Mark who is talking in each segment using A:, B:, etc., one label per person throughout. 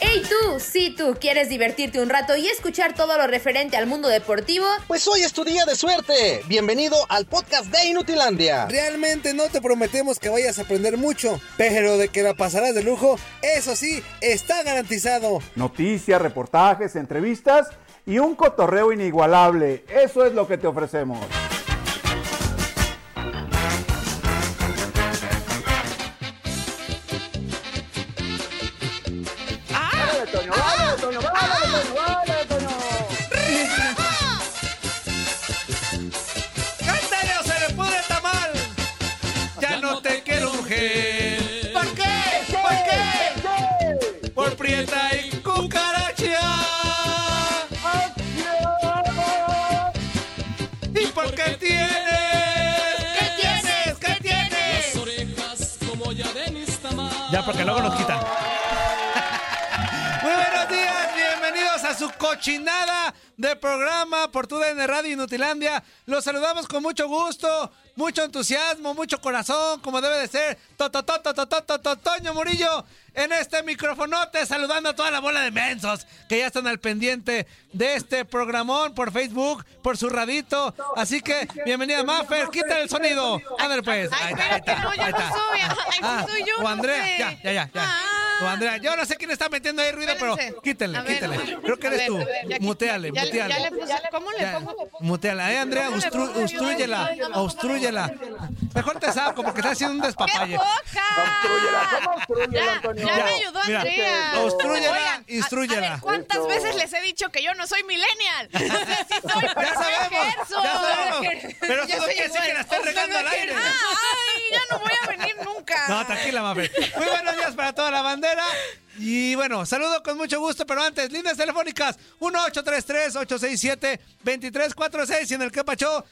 A: ¡Hey tú! Si tú quieres divertirte un rato y escuchar todo lo referente al mundo deportivo,
B: Pues hoy es tu día de suerte. Bienvenido al podcast de Inutilandia.
C: Realmente no te prometemos que vayas a aprender mucho, pero de que la pasarás de lujo, eso sí, está garantizado.
D: Noticias, reportajes, entrevistas y un cotorreo inigualable. Eso es lo que te ofrecemos. Dale, Toño, dale, Toño, dale, Toño, dale, Toño.
C: ¡Cántale o se le pudre el tamal! Ya no te quiero mujer. ¿Por qué? ¿Por qué? Por prieta y cucaracha. ¿Y por qué tienes? ¿Qué tienes? ¿Qué tienes?
E: Ya, porque luego nos quitan.
C: Muy buenos días, bienvenidos a su cochinada de programa por TUDN Radio Inutilandia. Los saludamos con mucho gusto, mucho entusiasmo, mucho corazón, como debe de ser. Toño Murillo en este microfonote, saludando a toda la bola de mensos que ya están al pendiente de este programón por Facebook, por su radito. Así que, bienvenida Maffer, quítale el sonido. Ándale pues.
F: Ay,
C: Ahí está, ahí
F: espérate,
C: está,
F: no, yo
C: ahí
F: no
C: está.
F: soy. Ay,
C: Ah,
F: soy yo,
C: o
F: no
C: Andrea,
F: sé.
C: ya, ya, ya, ya.
F: Ah.
C: O Andrea, yo no sé quién está metiendo ahí ruido, pero
F: Espérense.
C: quítale,
F: A ver,
C: quítale.
F: a ver,
C: Creo que
F: a
C: eres
F: ver,
C: tú.
F: a ver, ya quité-
C: Muteale,
F: ya-
C: muteale.
F: ya le puse- ¿Cómo le
C: Ya,
F: pongo?
C: Muteala, eh, Andrea,
F: ¿Cómo le
C: obstru-
F: pongo yo?
C: obstrúyela,
F: Ay, no, no, no,
C: obstrúyela. Mejor te saco porque está haciendo un
F: ¡Qué
C: despapalle.
F: poca! Ya, ya
C: Ya,
F: me ayudó
C: mira,
F: Andrea.
C: obstrúyela,
F: Oigan, a-
C: instrúyela.
F: a ver, ¿Cuántas veces les he dicho que yo no soy millennial? O sea, sí soy, pero
C: Ya
F: no
C: sabemos,
F: ejerzo.
C: ya sabemos. Pero
F: Ya
C: eso no
F: soy
C: quiere
F: Ah,
C: decir
F: igual.
C: que la estés
F: O sea,
C: regando
F: no
C: al aire.
F: quiero- ¡Ay! Ya no voy a venir nunca.
C: No, tranquila, mafe. Muy buenos días para toda la bandera. Y bueno, saludo con mucho gusto, pero antes, líneas telefónicas 1-833-867-2346 y en el Capacho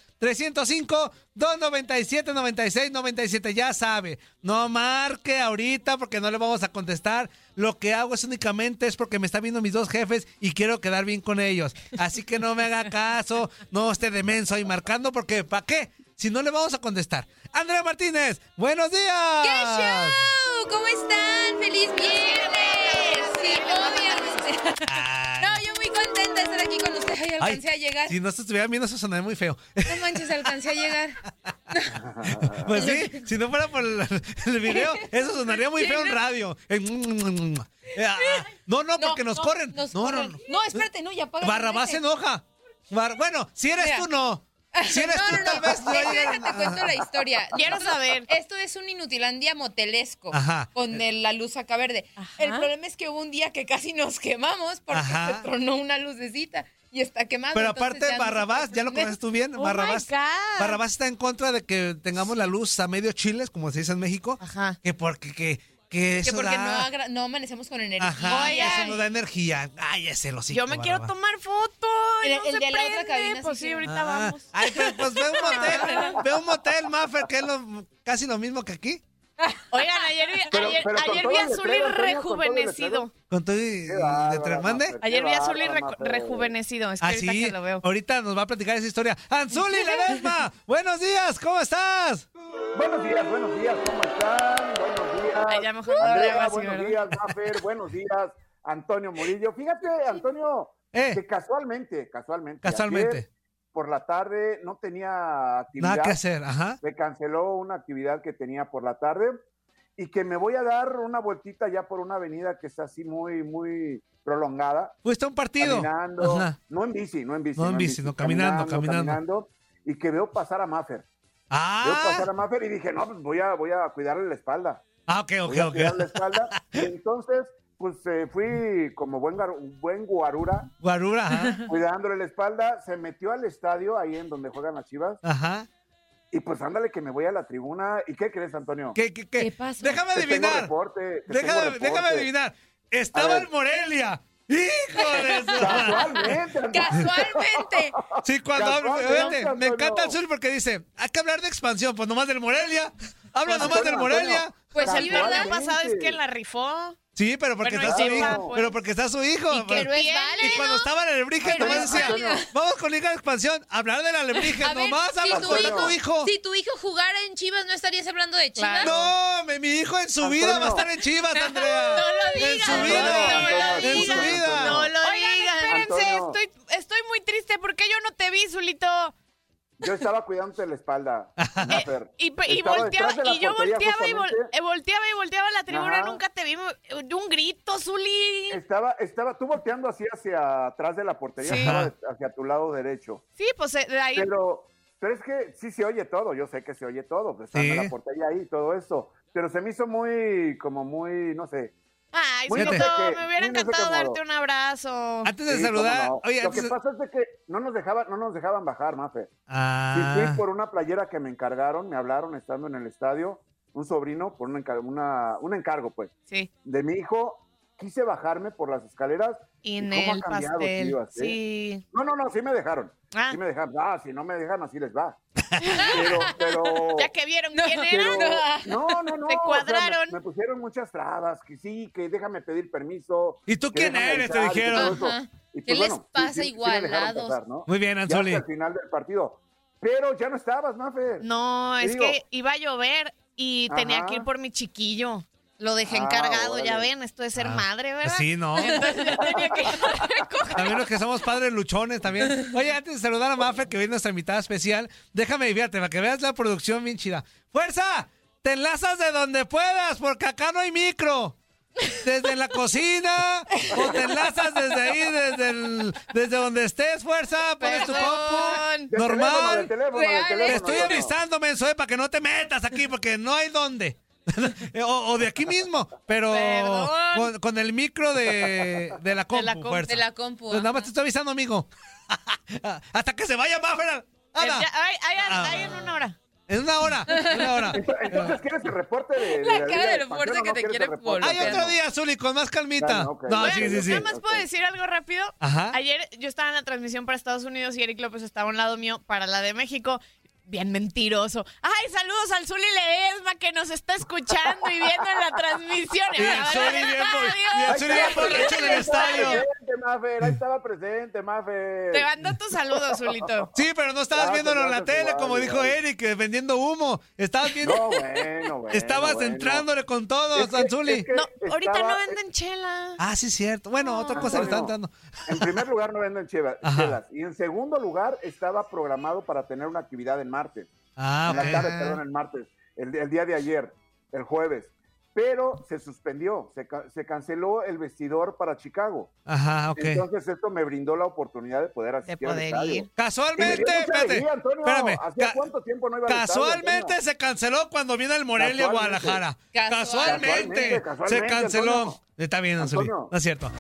C: 305-297-9697. Ya sabe, no marque ahorita porque no le vamos a contestar. Lo que hago es únicamente es porque me están viendo mis dos jefes y quiero quedar bien con ellos. Así que no me haga caso, no esté demenso ahí marcando porque ¿para qué? Si no le vamos a contestar. Andrea Martínez, buenos días.
A: ¡Qué show! ¿Cómo están? ¡Feliz viernes! Sí, no, viernes. No, yo muy contenta de estar aquí con ustedes. Ay,
C: Ay,
A: alcancé a llegar.
C: Si no se estuvieran viendo, eso sonaría muy feo.
A: No manches, alcancé a llegar.
C: Pues sí, si no fuera por el, el video, eso sonaría muy feo en radio. Eh, eh, ah, No, no, porque nos corren.
A: nos
C: No, no,
A: corren.
C: no.
A: No, espérate, no, ya apaga.
C: Barrabás se enoja. Bar- bueno, si eres
A: Mira.
C: tú, no. Si eres tú,
A: no, no,
C: tal
A: no.
C: vez no
A: Deja,
C: llegan
A: te cuento la historia.
F: Quiero
A: Nosotros-
F: saber.
A: Esto es un inutilandia motelesco
C: Ajá. Eh.
A: con el- la luz acá verde.
F: Ajá.
A: El problema es que hubo un día que casi nos quemamos porque
C: Ajá.
A: se tronó una lucecita y está quemado.
C: Pero
A: entonces
C: aparte,
A: ya no se
C: Barrabás,
A: puede
C: ya lo
A: prender.
C: conoces tú bien,
F: Oh my
C: Barrabás.
F: God.
C: Barrabás está en contra de que tengamos la luz a medio chiles, como se dice en México.
F: Ajá.
C: Que porque, que, que eso
A: Que porque
C: da-
A: no, agra- no amanecemos con energía.
C: Ajá,
F: Oigan.
C: eso nos da energía. Ay, ese lo
F: Yo me quiero tomar foto. y
A: El-
F: no
A: el
F: se
A: de la otra
F: prende.
A: cabina sí
F: Pues sí,
A: quiero.
F: ahorita
C: Ah,
F: vamos.
C: Ay, pero pues ve un motel, ve un motel, Maffer, que es lo- casi lo mismo que aquí.
F: Oigan, ayer, vi-
G: Pero-
F: ayer,
G: pero con
F: ayer
G: todo
F: vi a
G: el
F: Zully
G: letrero, Toño, con todo el
F: rejuvenecido.
G: letrero.
C: Con todo y, y de tres mande.
F: Ayer vi a Zully recu- rejuvenecido. Es que
C: Ah,
F: ahorita
C: sí.
F: que lo veo.
C: Ahorita nos va a platicar esa historia. Anzuli Ledesma, buenos días, ¿cómo estás?
D: Buenos días, buenos días, ¿cómo están? Buenos días.
F: Ay, ya mejor no
D: Andrea,
F: hablaba así,
D: buenos
F: ¿verdad?
D: días, Mafer, buenos días, Antonio Murillo. Fíjate, Antonio,
C: Eh.
D: que casualmente, casualmente.
C: Casualmente.
D: ayer por la tarde no tenía actividad.
C: Nada que hacer, ajá.
D: Me canceló una actividad que tenía por la tarde y que me voy a dar una vueltita ya por una avenida que está así muy, muy prolongada.
C: Fuiste a Pues un partido.
D: Caminando.
C: Ajá.
D: No en bici, no en bici.
C: No en bici, no, caminando,
D: caminando. Y que veo pasar a Maffer. Veo pasar
C: Ah,
D: a Maffer y dije, no, pues voy a, voy a cuidarle la espalda.
C: ah, ok, ok,
D: Voy a
C: ok.
D: cuidar la espalda. Y entonces, pues eh, fui como buen, gar- buen guarura,
C: Guarura, ajá.
D: cuidándole la espalda. Se metió al estadio, ahí en donde juegan las chivas.
C: ajá.
D: Y pues ándale que me voy a la tribuna. ¿Y qué crees, Antonio?
C: ¿Qué, qué, qué?
A: ¿Qué pasó?
C: Déjame
D: Te tengo
C: adivinar.
D: reporte, te tengo
C: Déjame,
D: reporte.
C: déjame adivinar. Estaba
D: ver.
C: en Morelia. ¡Híjole!
D: Casualmente, Antonio.
A: Casualmente.
C: Sí, cuando hablo,
D: Casualmente,
C: fíjate, me
D: Antonio.
C: encanta el sur porque dice, hay que hablar de expansión, pues nomás del Morelia. Habla nomás del
D: Antonio,
C: Morelia.
D: Antonio,
F: Pues sí,
D: Casualmente.
F: ¿verdad? El pasado es que la rifó.
C: Sí, pero porque
F: Bueno,
C: está
D: y
C: su
D: Chivas,
C: hijo.
F: pues.
C: Pero porque está su hijo. pues.
A: Y que no es
F: Bien,
C: Y
A: válido.
C: cuando estaba en el Brige,
A: Pero
C: nomás
A: es
C: decía,
A: válido.
C: vamos con Liga de Expansión, hablar del
A: A
C: Alebrije,
A: ver,
C: nomás
A: si
C: hablas
A: tu
C: con
A: hijo-
C: tu hijo.
A: Si tu hijo jugara en Chivas, ¿no estarías hablando de Chivas?
F: Claro.
C: No, mi, mi hijo en su
D: Antonio.
C: vida va a estar en Chivas, Andrea.
F: No lo
C: En
F: digas.
C: su
F: no
C: vida.
F: lo
D: Antonio,
C: en su
F: digas,
D: Antonio,
C: vida.
D: Antonio.
F: No lo
A: Oigan,
F: digan. Espérense,
D: Antonio.
F: estoy, estoy muy triste porque yo no te vi, Zulito.
D: Yo estaba cuidándote la espalda. Mafer.
F: Eh, Y, pe- y
D: Estaba
F: volteaba,
D: detrás de la
F: y yo
D: portería
F: volteaba y, vol-
D: justamente.
F: eh, volteaba y volteaba a la tribuna,
D: Ajá.
F: nunca te vi. De un grito, Zuli.
D: Estaba, estaba tú volteando así hacia atrás de la portería,
F: Sí.
D: estaba de- hacia tu lado derecho.
F: Sí, pues eh, de ahí.
D: Pero, pero es que sí se oye todo, yo sé que se oye todo, pues
C: Sí.
D: estando la portería ahí y todo eso. Pero se me hizo muy, como muy, no sé.
F: Ay,
D: Muy no
F: Zulito,
D: sé qué,
F: me hubiera
D: muy no sé
F: encantado
D: qué modo.
F: darte un abrazo.
C: Antes de
D: sí, cómo
C: saludar,
D: no.
C: oye,
D: Lo
C: antes
D: que
C: de-
D: pasa es de que no nos dejaban, no nos dejaban bajar, Mafe. Sí,
C: Ah.
D: fui por una playera que me encargaron, me hablaron estando en el estadio, un sobrino, por un encargo, una, un encargo, pues,
F: Sí.
D: de mi hijo. Quise bajarme por las escaleras.
F: Y en
D: ¿Y cómo ha
F: el
D: cambiado
F: pastel.
D: Chivas, eh?
F: Sí.
D: No, no, no, sí me dejaron.
F: Ah,
D: Sí me dejan, ah, si no me dejan, así les va. Pero, pero.
F: ya que vieron
A: No,
F: quién
D: pero-
F: era.
D: no, no, no.
F: Te
D: o sea, me-
F: cuadraron.
D: me, pusieron muchas trabas, que sí, que déjame pedir permiso.
C: ¿Y tú
D: que
C: quién
D: déjame
C: eres? Te
D: entrar y todo
C: dijeron.
D: eso.
A: Ajá.
D: Y pues
A: ¿Qué les pasa
D: sí, sí, sí me dejaron
A: igualados?
D: pasar, ¿no?
C: Muy bien,
D: Ya
C: Anzuli.
D: hasta el final del partido. Pero ya no estabas, Mafer.
F: No,
D: Te
F: es
D: digo.
F: que iba a llover y tenía
D: Ajá.
F: que ir por mi chiquillo. Lo dejé
D: Ah,
F: encargado, ya
D: órale.
F: ven, esto es ser
C: Ah,
F: madre, ¿verdad?
C: Sí, ¿no?
F: Tenía que ir a recoger.
C: También los que somos padres luchones también. Oye, antes de saludar a Mafer, que hoy es nuestra invitada especial, déjame divierte, para que veas la producción bien chida. ¡Fuerza! Te enlazas de donde puedas, porque acá no hay micro. Desde la cocina, o te enlazas desde ahí, desde, el- desde donde estés, fuerza, pones tu compu.
F: Perdón.
D: Del
C: normal.
D: teléfono, del teléfono, del
A: Real, ¿eh?
D: teléfono,
C: Te estoy
D: yo no.
C: avisando, menso, eh, para que no te metas aquí, porque no hay dónde. o, o de aquí mismo, pero
F: Perdón.
C: con, con el micro de, de la compu,
F: la compu,
C: fuerza.
A: De la compu.
F: Eh,
C: Pues nada más te
A: ajá.
C: estoy avisando, amigo. Hasta que se vaya Maffer. ¡Hala!
F: Ya, ay, ay, ay,
C: Ah.
F: ay, en una hora.
C: En una hora, en una hora.
D: Entonces, ¿quieres el reporte de.? de
A: La
D: Liga
A: cara
D: de
A: del
D: Expansión
A: fuerte
D: o
A: que te
D: quieres el
A: quiere
D: reporte?
C: Hay
A: voltear.
C: otro día, Zuli, con más calmita.
D: Ah, no, ok.
C: No,
D: Bueno,
C: sí, sí, sí.
F: Nada más puedo decir algo rápido.
C: Ajá.
F: Ayer yo estaba en la transmisión para Estados Unidos y Eric López estaba a un lado mío para la de México. Bien mentiroso. Ay, saludos al Zuli Ledesma que nos está escuchando y viendo en la transmisión.
C: Y el Zuli bien bo- y el
D: Ahí
C: Zuli
D: estaba
C: bien borracho en el
D: presente,
C: estadio.
D: presente, Mafer, Ahí estaba presente, Mafer.
F: Te mando tus saludos, Zulito.
C: Sí, pero no estabas
D: Gracias,
C: viéndolo en la
D: gracias,
C: tele,
D: igual,
C: como dijo
D: igual.
C: Eric, eh, vendiendo humo. Estabas viendo.
D: No, bueno, bueno.
C: estabas
D: bueno.
C: entrándole con todo,
D: Es que-
C: Sanzuli.
D: es que
F: No, ahorita
D: estaba-
F: no venden chela.
C: Ah, sí, cierto. Bueno, otra cosa le está
D: Antonio.
C: entrando.
D: Ah, En primer lugar, no venden cheva-
C: Ajá.
D: chelas. Y en segundo lugar, estaba programado para tener una actividad en martes.
C: Ah,
D: en la tarde, perdón,
C: ok.
D: el martes. El, el día de ayer, el jueves. Pero se suspendió, se, ca- se canceló el vestidor para Chicago.
C: Ajá, Ah, ok.
D: Entonces, esto me brindó la oportunidad de poder asistir al
F: poder
D: estadio.
F: ir.
D: Y me dio
C: Casualmente,
D: mucha
C: espérate.
D: alegría, Antonio.
C: Espérame.
D: ¿Hacía
C: ca-
D: cuánto tiempo no iba al estadio,
C: Casualmente
D: Antonio?
C: se canceló cuando viene el Morelia a
D: Casualmente.
C: Guadalajara. Casualmente,
D: Casualmente,
C: se
D: casualmente,
C: canceló.
D: Antonio.
C: Está bien, Anzuli.
D: Antonio.
C: No es cierto.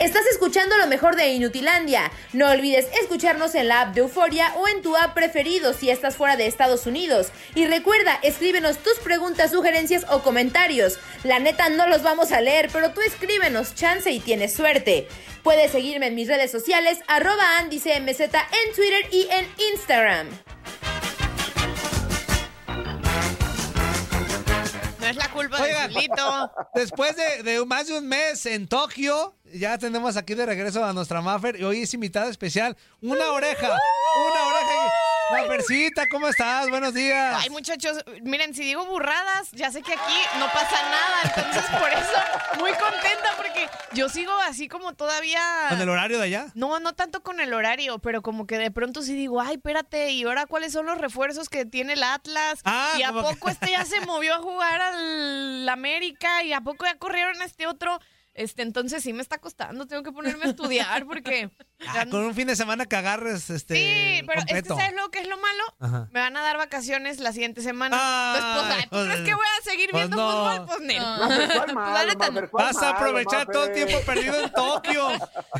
E: Estás escuchando lo mejor de Inutilandia. No olvides escucharnos en la app de Euforia o en tu app preferido si estás fuera de Estados Unidos. Y recuerda, escríbenos tus preguntas, sugerencias o comentarios. La neta no los vamos a leer, pero tú escríbenos, chance y tienes suerte. Puedes seguirme en mis redes sociales, arroba andycmz en Twitter y en Instagram.
F: No es la culpa
C: Oigan.
F: de Zulito.
C: Después de, de más de un mes en Tokio, ya tenemos aquí de regreso a nuestra Maffer y hoy es invitada especial una oreja. Una oreja.
F: ¡Uh!
C: Mafercita, ¿cómo estás? Buenos días.
F: Ay, muchachos, miren, si digo burradas, ya sé que aquí no pasa nada. Entonces, por eso, muy contenta porque yo sigo así como todavía.
C: ¿Con el horario de allá?
F: No, no tanto con el horario, pero como que de pronto sí digo, ay, espérate, ¿y ahora cuáles son los refuerzos que tiene el Atlas?
C: Ah,
F: ¿Y a
C: como que-
F: poco este ya se movió a jugar al América? ¿Y a poco ya corrieron a este otro? Este, entonces sí me está costando, tengo que ponerme a estudiar porque...
C: Ah, con un fin de semana que agarres este.
F: Sí, pero es que
C: completo.
F: ¿sabes lo que es lo malo?
C: Ajá.
F: Me van a dar vacaciones la siguiente semana.
C: Ah,
F: Entonces, pues, ay, ¿tú
C: pues,
F: crees que voy a seguir
C: pues
F: viendo
C: no.
F: fútbol? Pues no.
D: No, pues, ¿cuál
F: Pues,
D: mal,
F: la neta,
D: Mafer? ¿Cuál
C: Vas a
D: mal,
C: aprovechar todo el
D: Mafer?
C: tiempo perdido en Tokio.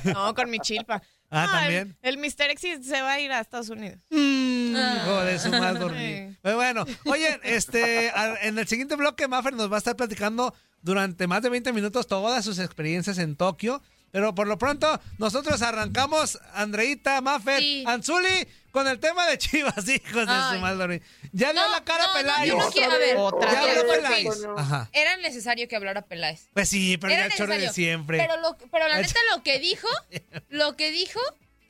F: no, con mi chilpa.
C: Ah,
F: No,
C: ¿también?
F: El, el Mr. Exit se va a ir a Estados Unidos. Mm,
C: Hijo de su más dormido. Pero bueno, oye, este, a- en el siguiente bloque, Maffer nos va a estar platicando durante más de 20 minutos todas sus experiencias en Tokio. Pero por lo pronto, nosotros arrancamos, Andreita, Maffer,
A: Sí.
C: Anzuli, con el tema de Chivas, hijos de su
A: Ay.
C: mal dormido. Ya dio
A: No,
C: la cara
A: no, no,
C: Peláez.
A: yo no quiero- a ver,
F: Otra
C: ya
A: vez.
C: habló
A: por fin.
C: Peláez. Ajá.
A: Era necesario que hablara Peláez.
C: Pues sí, pero
A: Era
C: ya chorro de
A: necesario.
C: siempre.
A: Pero, lo- pero la
C: Ya
A: neta, lo que dijo, lo que dijo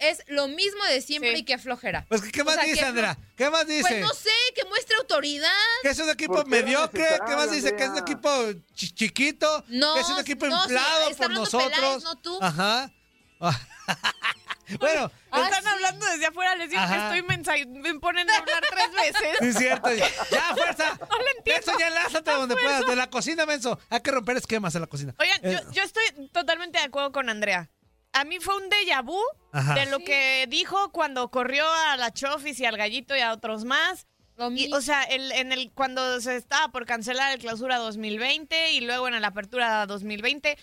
A: es lo mismo de siempre
F: Sí.
A: y que flojera.
C: Pues, ¿qué, qué
A: O
C: más
A: sea, que
C: dice,
A: flo-
C: Andrea? ¿Qué más dice?
A: Pues no sé, que muestre autoridad.
C: Que es un equipo
D: ¿Por qué era
C: mediocre, que más
D: necesario,
C: dice que es un
D: Andrea?
C: equipo chi- chiquito,
A: No,
C: que es un equipo
A: no, sí,
C: inflado
A: está
C: por
A: hablando
C: nosotros.
A: Peláez, no tú.
C: Ajá. bueno,
A: Ah,
F: Están hablando desde afuera, les digo
C: Ajá.
F: que estoy mensa y me ponen a hablar tres
C: sí
F: veces.
C: es cierto. Ya, fuerza. No
F: le entiendo.
C: Eso ya enlázate donde puedas, de la cocina, Benzo. Hay que romper esquemas en la cocina.
F: Oigan,
C: Eh,
F: yo, yo estoy totalmente de acuerdo con Andrea. A mí fue un déjà vu
C: Ajá.
F: de lo que dijo cuando corrió a la Chofis y al Gallito y a otros más.
A: Lo
F: Y,
A: mismo.
F: o sea, el, en el, cuando se estaba por cancelar el clausura 2020 y luego en la apertura 2020, eh,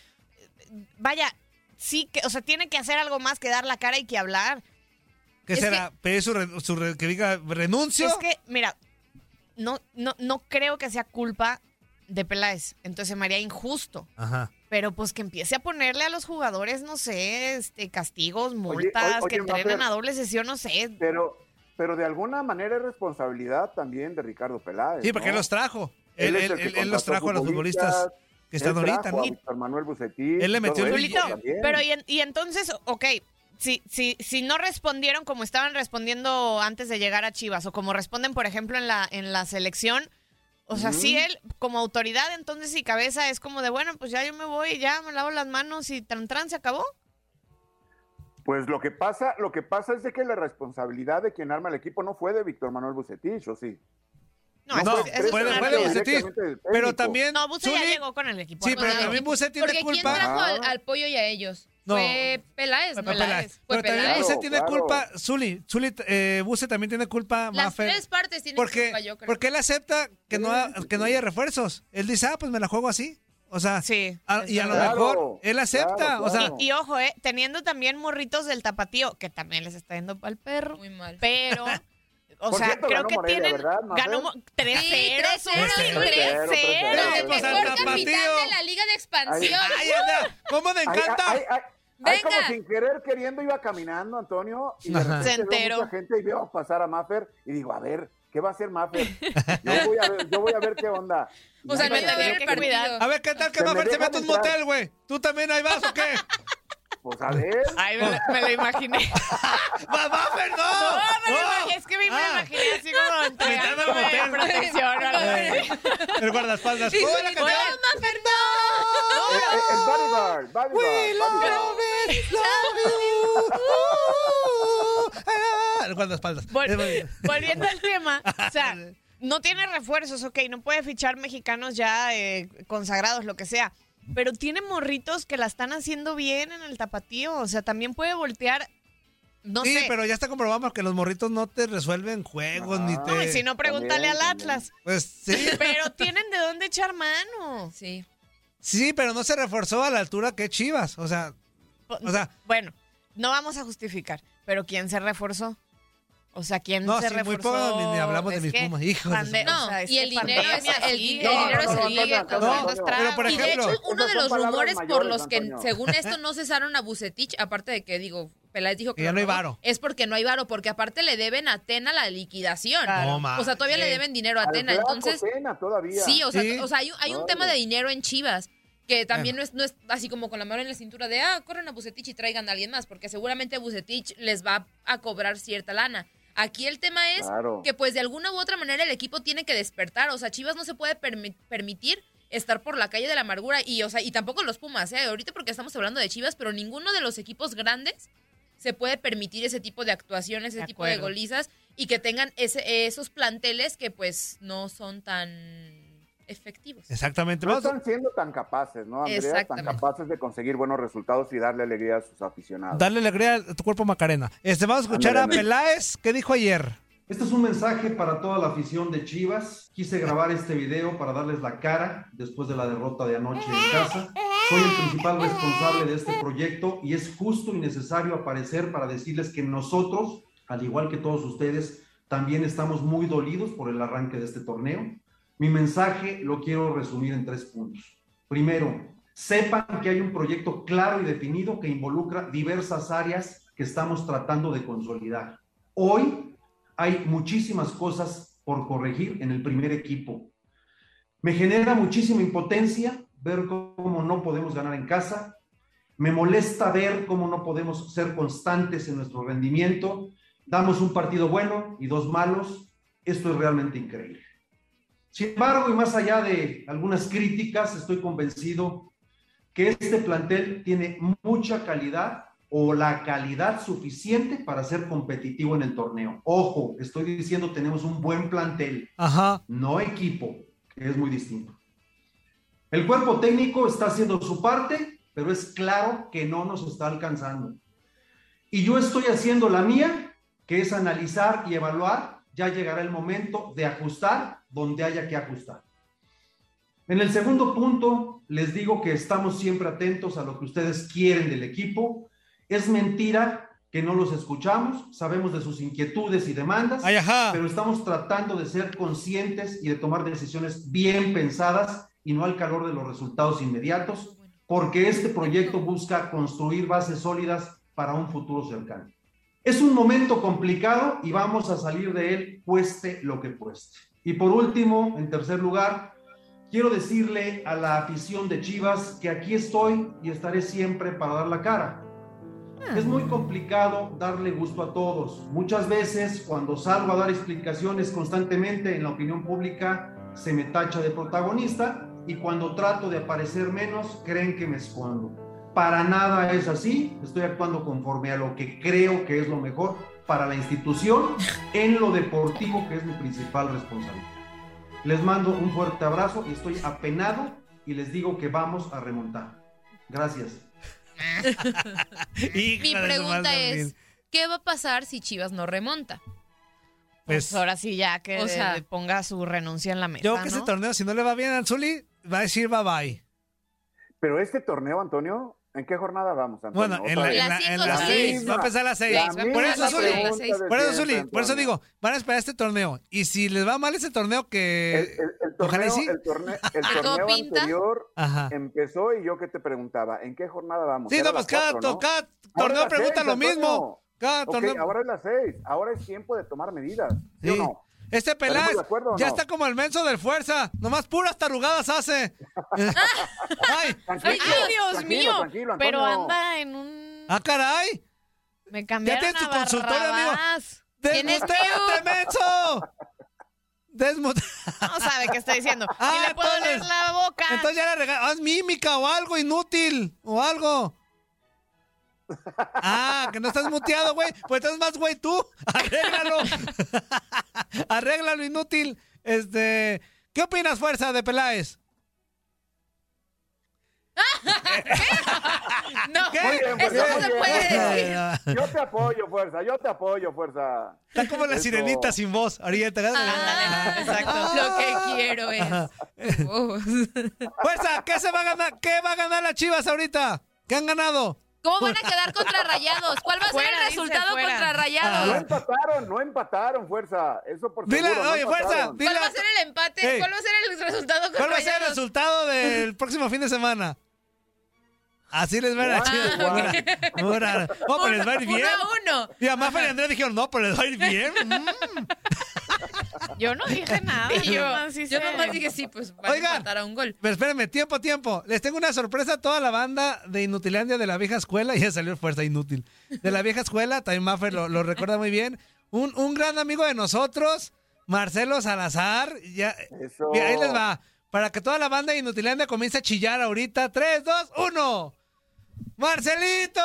F: vaya, sí que, o sea, tiene que hacer algo más que dar la cara y que hablar.
C: ¿Qué
F: es
C: será? ¿Pedir su, re- su re- que diga renuncio?
F: Es que, mira, no, no, no creo que sea culpa de Peláez, entonces se me haría injusto.
C: Ajá.
F: Pero pues que empiece a ponerle a los jugadores, no sé, este, castigos, multas,
D: oye,
F: que entrenen
D: Mafer.
F: a doble sesión, no sé.
D: Pero, pero de alguna manera es responsabilidad también de Ricardo Peláez.
C: Sí, porque
D: ¿no?
C: él los trajo. Él,
D: es el
C: él-
D: que
C: él- él los
D: contrató
C: trajo a los futbolistas que están
D: él
C: ahorita,
D: trajo
C: ¿no?
D: a Víctor Manuel Bucetich.
C: Él le
D: y
C: metió
D: todo
C: el-
D: eso
F: Julito,
D: también.
F: pero y, en- y entonces, ok, si, si, si no respondieron como estaban respondiendo antes de llegar a Chivas, o como responden, por ejemplo, en la, en la selección, o sea, si él, como autoridad, entonces y cabeza, es como de, bueno, pues ya yo me voy, ya me lavo las manos y tran tran, se acabó.
D: Pues lo que pasa, lo que pasa es de que la responsabilidad de quien arma el equipo no fue de Víctor Manuel Bucetich, ¿o sí.
F: No,
C: No,
F: eso- eso es
C: fue de-
F: una
C: fue de
F: realidad.
C: Bucetich,
D: directamente del
C: Pero
D: técnico.
C: también.
F: No, Buse ya
C: Zuli-
F: llegó con el equipo.
C: Sí,
F: ¿no?
C: pero
A: Con el
C: también
A: equipo.
C: Buse tiene
A: Porque
C: culpa.
A: ¿quién trajo al,
D: Ah.
A: al pollo y a ellos?
C: No.
A: Fue Peláez,
C: Fue
A: Pues ¿no?
C: Peláez.
A: Fue
C: Pero también
A: Peláez.
C: Buse
D: Claro,
C: tiene
D: claro.
C: culpa, Zuli, Zuli, eh, Buse también tiene culpa,
A: Las
C: Mafe.
A: tres partes tienen
C: Porque,
A: culpa, yo creo.
C: porque él acepta que no, ha- que no haya refuerzos. Él dice, ah, pues me la juego así. O sea,
F: Sí,
C: a-
F: es
C: y a lo
D: verdad.
C: mejor
D: Claro,
C: él acepta.
D: claro,
C: O sea,
D: claro.
F: Y ojo, eh, teniendo también morritos del tapatío, que también les está yendo pa'l perro.
A: Muy mal.
F: Pero, o
D: Por
F: sea,
D: cierto,
F: creo
D: ganó
F: que
D: Morelia,
F: tienen.
D: ¿verdad, Mafer?
F: ganó Mo- 3-0,
A: Sí, 3-0,
F: Zuli,
D: 3-0,
F: 3-0.
A: Pero el
C: Pero, pues, al
A: mejor capitán
C: tapatío.
A: de la Liga de Expansión.
C: ay, Andrea, ¿cómo me
D: Ay,
C: encanta?
D: ay, ay, ay,
A: Venga.
D: como sin querer, queriendo, iba caminando, Antonio, y de
C: Ajá.
D: repente
F: Se
D: veo
F: enteró.
D: mucha gente y veo pasar a Maffer y digo, a ver, ¿qué va a hacer Maffer? Yo voy a ver, yo voy a ver qué onda.
A: O sea,
D: Y
A: no
D: ahí
F: Bueno,
D: me
A: te ver
F: tenía
A: el
F: que
A: partido.
F: cuidar.
C: A ver, ¿qué tal que
D: Que me
C: Maffer se
D: dejan
C: mete a un
D: entrar.
C: motel, güey? ¿Tú también ahí vas o qué? Oh.
D: Pues a ver.
F: Ay, me, me lo imaginé.
C: ¡Va, Maffer, no!
F: No, me lo
C: ¡No!
F: imaginé, ¡Ah, es que me, me
C: Ah,
F: imaginé así como
C: Metando
F: entregando
C: al motel.
F: protección o algo así.
C: El guardaespaldas.
A: Sí,
C: ¡Hola, ¿qué
A: sí,
C: tal?
A: no, Mafer, no.
D: El, el body guard, body
C: We
D: guard, body
C: love
D: guard.
C: it, love you. Uh, ah, el guardaespaldas.
F: Vol- volviendo al tema, o sea,
C: Ándale.
F: no tiene refuerzos, ok, no puede fichar mexicanos ya eh, consagrados, lo que sea. Pero tiene morritos que la están haciendo bien en el tapatío. O sea, también puede voltear. No
C: sí,
F: sé.
C: pero ya está comprobado que los morritos no te resuelven juegos
D: No.
C: ni
F: No, Ah, y
C: te.
F: si no, pregúntale
D: también,
F: al
D: también.
F: Atlas.
C: Pues sí,
F: Pero tienen de dónde echar mano.
A: Sí.
C: sí, pero no se reforzó a la altura que Chivas. O sea, o sea,
F: Pues, Bueno, no vamos a justificar, pero ¿quién se reforzó? O sea, ¿quién
C: No,
F: se
C: sí, muy
F: reforzó?
C: poco, ni- ni hablamos de
F: Es
C: mis
F: que
C: Pumas, hijos de su
F: pande-
A: madre.
F: o sea, es
A: No, y el
F: que
A: dinero
F: pandemia,
A: es- el-
F: sí.
A: el dinero
D: no,
A: se
D: no,
A: liga
D: Antonio,
F: con
D: Antonio,
F: los
D: Antonio.
F: tragos.
C: Pero, por
A: Y de hecho,
C: ejemplo-
A: uno
D: Esas
A: de
D: son
A: los
D: palabras
A: rumores por
D: mayores,
A: los que,
D: Antonio.
A: según esto, no cesaron a Bucetich, aparte de que, digo, Peláez dijo que,
C: Que ya no hay
A: robó,
C: varo.
A: Es porque no hay varo, porque aparte le deben a Atena la liquidación.
C: Claro. No, ma.
A: o sea, todavía le
F: Sí.
A: deben dinero a
D: Al
A: Atena.
D: flaco
A: Entonces,
D: Tena todavía.
A: sí, o sea,
C: Sí.
A: o sea, hay, un- hay un
D: Órale.
A: tema de dinero en Chivas que también no es, no es así como con la mano en la cintura de, ah, corran a Bucetich y traigan a alguien más, porque seguramente Bucetich les va a cobrar cierta lana. Aquí el tema es
D: Claro.
A: que pues de alguna u otra manera el equipo tiene que despertar, o sea, Chivas no se puede permi- permitir estar por la calle de la amargura y o sea, y tampoco los Pumas, ¿eh? ahorita porque estamos hablando de Chivas, pero ninguno de los equipos grandes se puede permitir ese tipo de actuaciones, ese
F: De
A: tipo de
F: acuerdo.
A: golizas y que tengan ese, esos planteles que pues no son tan efectivos.
C: Exactamente.
D: No
C: Vamos a-
D: están siendo tan capaces, ¿no, Andrea? Tan
A: Exactamente.
D: capaces de conseguir buenos resultados y darle alegría a sus aficionados.
C: Dale alegría a tu cuerpo, Macarena. Este, vamos a escuchar a
D: Ah. Ándale,
C: Peláez. ¿Qué dijo ayer?
G: Este es un mensaje para toda la afición de Chivas. Quise grabar este video para darles la cara después de la derrota de anoche en casa. Soy el principal responsable de este proyecto y es justo y necesario aparecer para decirles que nosotros, al igual que todos ustedes, también estamos muy dolidos por el arranque de este torneo. Mi mensaje lo quiero resumir en tres puntos. Primero, sepan que hay un proyecto claro y definido que involucra diversas áreas que estamos tratando de consolidar. Hoy hay muchísimas cosas por corregir en el primer equipo. Me genera muchísima impotencia ver cómo no podemos ganar en casa. Me molesta ver cómo no podemos ser constantes en nuestro rendimiento. Damos un partido bueno y dos malos. Esto es realmente increíble. Sin embargo, y más allá de algunas críticas, estoy convencido que este plantel tiene mucha calidad o la calidad suficiente para ser competitivo en el torneo. Ojo, estoy diciendo tenemos un buen plantel,
C: Ajá.
G: no equipo, que es muy distinto. El cuerpo técnico está haciendo su parte, pero es claro que no nos está alcanzando. Y yo estoy haciendo la mía, que es analizar y evaluar. Ya llegará el momento de ajustar donde haya que ajustar. En el segundo punto, les digo que estamos siempre atentos a lo que ustedes quieren del equipo. Es mentira que no los escuchamos, sabemos de sus inquietudes y demandas
C: Ay, ajá.
G: pero estamos tratando de ser conscientes y de tomar decisiones bien pensadas y no al calor de los resultados inmediatos, porque este proyecto busca construir bases sólidas para un futuro cercano. Es un momento complicado y vamos a salir de él cueste lo que cueste. Y por último, en tercer lugar, quiero decirle a la afición de Chivas que aquí estoy y estaré siempre para dar la cara. Es muy complicado darle gusto a todos. Muchas veces cuando salgo a dar explicaciones constantemente en la opinión pública, se me tacha de protagonista y cuando trato de aparecer menos, creen que me escondo. Para nada es así. Estoy actuando conforme a lo que creo que es lo mejor para la institución en lo deportivo, que es mi principal responsabilidad. Les mando un fuerte abrazo y estoy apenado y les digo que vamos a remontar. Gracias.
A: Mi pregunta es, ¿qué va a pasar si Chivas no remonta?
F: Pues ahora sí ya que
A: O sea-
F: le eh, ponga su renuncia en la mesa,
C: yo creo que
F: ¿no?
C: este torneo, si no le va bien al Zuli, va a decir bye bye.
D: Pero este torneo, Antonio, ¿en qué jornada vamos, Antonio?
C: Bueno, en,
D: Otra
C: la,
D: vez.
C: en la- en las
A: Las cinco, sí.
C: seis. Va a empezar a las seis.
D: La
A: va a
C: Por
D: misma
C: eso, Zuli.
D: pregunta
A: Las seis.
D: de
C: Por eso,
D: siempre,
C: Zuli. Por eso
D: Antonio.
C: digo, van a esperar este torneo. Y si les va mal este torneo, que.
D: El, el- el torneo,
C: Ojalá y sí.
D: el torne- el
A: ¿A todo
D: torneo
A: pinta?
D: anterior
C: Ajá.
D: empezó y yo que te preguntaba, ¿en qué jornada vamos?
C: Sí,
D: Era
C: no, pues
D: la
C: cada,
D: cuatro,
C: to-
D: ¿no?
C: cada
D: Ahora
C: torneo
D: las
C: pregunta
D: seis,
C: lo
D: Antonio.
C: mismo. Cada
D: Ok,
C: torneo.
D: Ahora es las seis, ahora es tiempo de tomar medidas. ¿sí o
C: Sí.
D: no?
C: Este Peláez
D: de acuerdo o
C: ya
D: no?
C: está como el menso del fuerza. Nomás puras tarugadas hace. Ay,
F: Ay,
D: Tranquilo,
F: Dios
D: tranquilo,
F: mío.
D: tranquilo, Antonio.
F: Pero anda en un
C: ah, caray.
F: me cambiaron
C: tienes tu
F: a
C: consultorio, amigo.
F: Barrabás. Tienes
C: ¡Desmuteate, menso! Desmute.
F: No sabe qué está diciendo.
C: Ah,
F: y le puedo leer
C: entonces-
F: la boca.
C: Entonces ya le regalas. Haz mímica o algo inútil. O algo. Ah, que no estás muteado, güey. Pues estás más güey tú. Arréglalo. Arréglalo, inútil. Este. ¿Qué opinas, fuerza de Peláez?
A: No,
C: ¿Qué?
D: Muy bien,
A: eso
D: fuerza,
A: no
D: muy
A: se
D: bien.
A: puede decir.
D: Yo te apoyo, fuerza, yo te apoyo, fuerza.
C: Está como la
D: Eso.
C: sirenita sin voz. Ahorita.
A: Ah,
F: Exacto.
A: Lo que quiero es. voz.
C: Fuerza, ¿qué se va a ganar? ¿Qué va a ganar las Chivas ahorita? ¿Qué han ganado?
A: ¿Cómo van a quedar contra rayados? ¿Cuál va a ser
F: Fuera,
A: el
F: dice,
A: resultado
F: fuera.
A: contra
D: No
A: rayados?
C: Ah.
D: empataron, no empataron, fuerza. Eso por
C: Dile,
D: seguro, no
C: oye, fuerza,
D: empataron.
C: dile.
A: ¿Cuál va a ser el empate?
C: Ey.
A: ¿Cuál va a ser el resultado contra
C: ¿Cuál va a ser el
A: rayados?
C: resultado del próximo fin de semana? Así les va a ir a
D: Wow.
C: Chivas. Muy raro. No, Oh, pero les va a ir
A: Uno-
C: bien.
A: Uno a uno.
C: Y además Fer y Andrea dijeron, no, pero les va a ir bien. Mm.
F: Yo no dije nada.
A: Y yo,
F: nomás hice-
A: yo nomás dije, sí, pues van
C: Oigan.
A: a empatar a un gol.
C: Pero espérenme, tiempo, tiempo. Les tengo una sorpresa a toda la banda de Inutilandia de la vieja escuela. Ya salió fuerza inútil. De la vieja escuela, también Maffer lo, lo recuerda muy bien. un, un gran amigo de nosotros, Marcelo Salazar. Ya,
D: Eso.
C: Mira, ahí les va. Para que toda la banda de Inutilandia comience a chillar ahorita. 3, 2, 1. ¡Marcelito!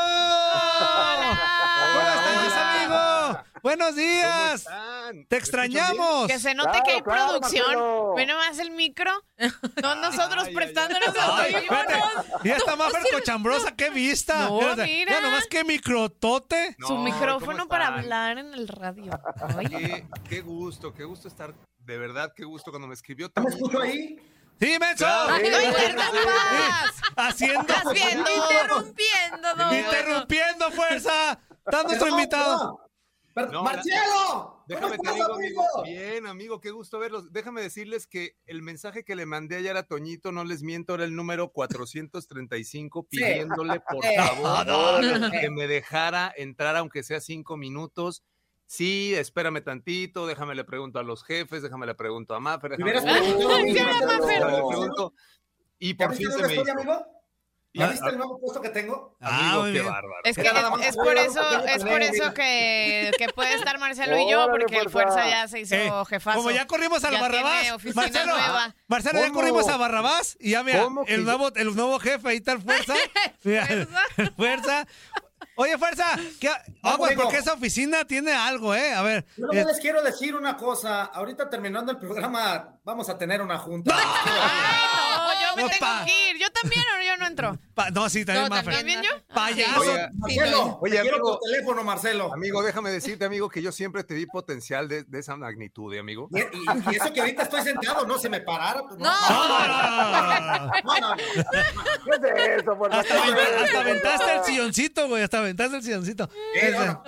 C: ¿Cómo estás, amigo? Buenos días. Te extrañamos.
F: Que se note
D: Claro,
F: que hay
D: claro, Marcelo.
F: producción. Ve nomás el micro. No nosotros prestándonos los
C: Ay, espérate.
F: audífonos.
C: Ya está más cochambrosa, qué vista.
F: No,
C: Fíjate,
F: mira.
C: Ya nomás que microtote.
F: Su
H: No, ¿cómo
F: micrófono para
H: están?
F: hablar en el radio. Ay.
H: Qué, qué gusto, qué gusto estar. De verdad, qué gusto cuando me escribió.
G: ¿Me
H: Tamucho.
G: escucho ahí?
C: Sí, menso.
H: Claro.
F: Ay, no
H: Sí,
F: interrumpas.
C: Haciendo.
F: Estás viendo.
A: Interrumpiendo, don Beto.
C: Interrumpiendo, fuerza. Está nuestro
G: No,
C: invitado.
G: no. Mar-
H: No,
G: ¡Marcelo!
H: Déjame te
G: ¿Cómo
H: digo,
G: estás,
H: amigo.
G: amigo?
H: Bien, amigo, qué gusto verlos. Déjame decirles que el mensaje que le mandé ayer a Toñito, no les miento, era el número 435, pidiéndole por
G: Sí.
H: favor
G: No, no, no.
H: que me dejara entrar, aunque sea cinco minutos. Sí, espérame tantito, déjame le pregunto a los jefes, déjame le pregunto a Maffer,
G: Me
H: déjame
G: hubieras
H: le pregunto-
G: preguntado a mí,
F: ¿Qué era,
G: Marcelo.
F: Mafer?
H: déjame le pregunto. Y
G: ¿Ya
H: por
G: viste
H: fin se
G: dónde
H: me
G: estoy,
H: hizo.
G: amigo? ¿Ya
H: Ah,
G: viste el nuevo puesto que tengo?
C: Ah,
H: Amigo,
C: muy
H: qué
C: bien.
H: bárbaro.
F: Es que
G: Era nada más
F: es, es
G: por
F: por
G: ir a
F: eso,
G: buscar la
F: es por
G: pelea,
F: eso
G: mira.
F: que, que puede estar Marcelo y yo,
D: Órale,
F: porque el
D: fuerza.
F: fuerza ya se hizo
C: Eh,
F: jefazo.
C: como ya corrimos al
F: Ya tiene
C: Barrabás,
F: oficina
C: Marcelo,
F: nueva.
C: Marcelo, ya
H: ¿Cómo?
C: corrimos a Barrabás y ya mira,
H: ¿Cómo que
C: el
H: ya?
C: nuevo, el nuevo jefe ahí está el fuerza. Mira, fuerza. Oye, fuerza, ¿qué ha-
G: No,
C: aguas,
G: amigo.
C: porque esa oficina tiene algo, eh. A ver.
G: Yo
C: eh,
G: nomás les quiero decir una cosa. Ahorita terminando el programa, vamos a tener una junta.
F: Ay, no, yo me
C: Opa.
F: tengo que ir. Yo también o yo no entro.
C: pa- no, sí, también
A: No,
C: Mafer.
F: ¿También yo?
C: Payaso.
H: Oiga,
G: Marcelo,
H: Oye,
G: te quiero
H: amigo.
G: por teléfono, Marcelo.
H: Amigo, déjame decirte, amigo, que yo siempre te vi potencial de, de esa magnitud, ¿eh, amigo.
G: Y, y- y eso que ahorita estoy sentado, no se me parara. pues,
A: No.
C: No, no, no, no.
G: No, no, no.
D: ¿Qué es eso? Por
C: Hasta,
D: favor?
C: aventa- hasta aventaste el silloncito, güey. Hasta aventaste el silloncito.
G: Eh, no, no.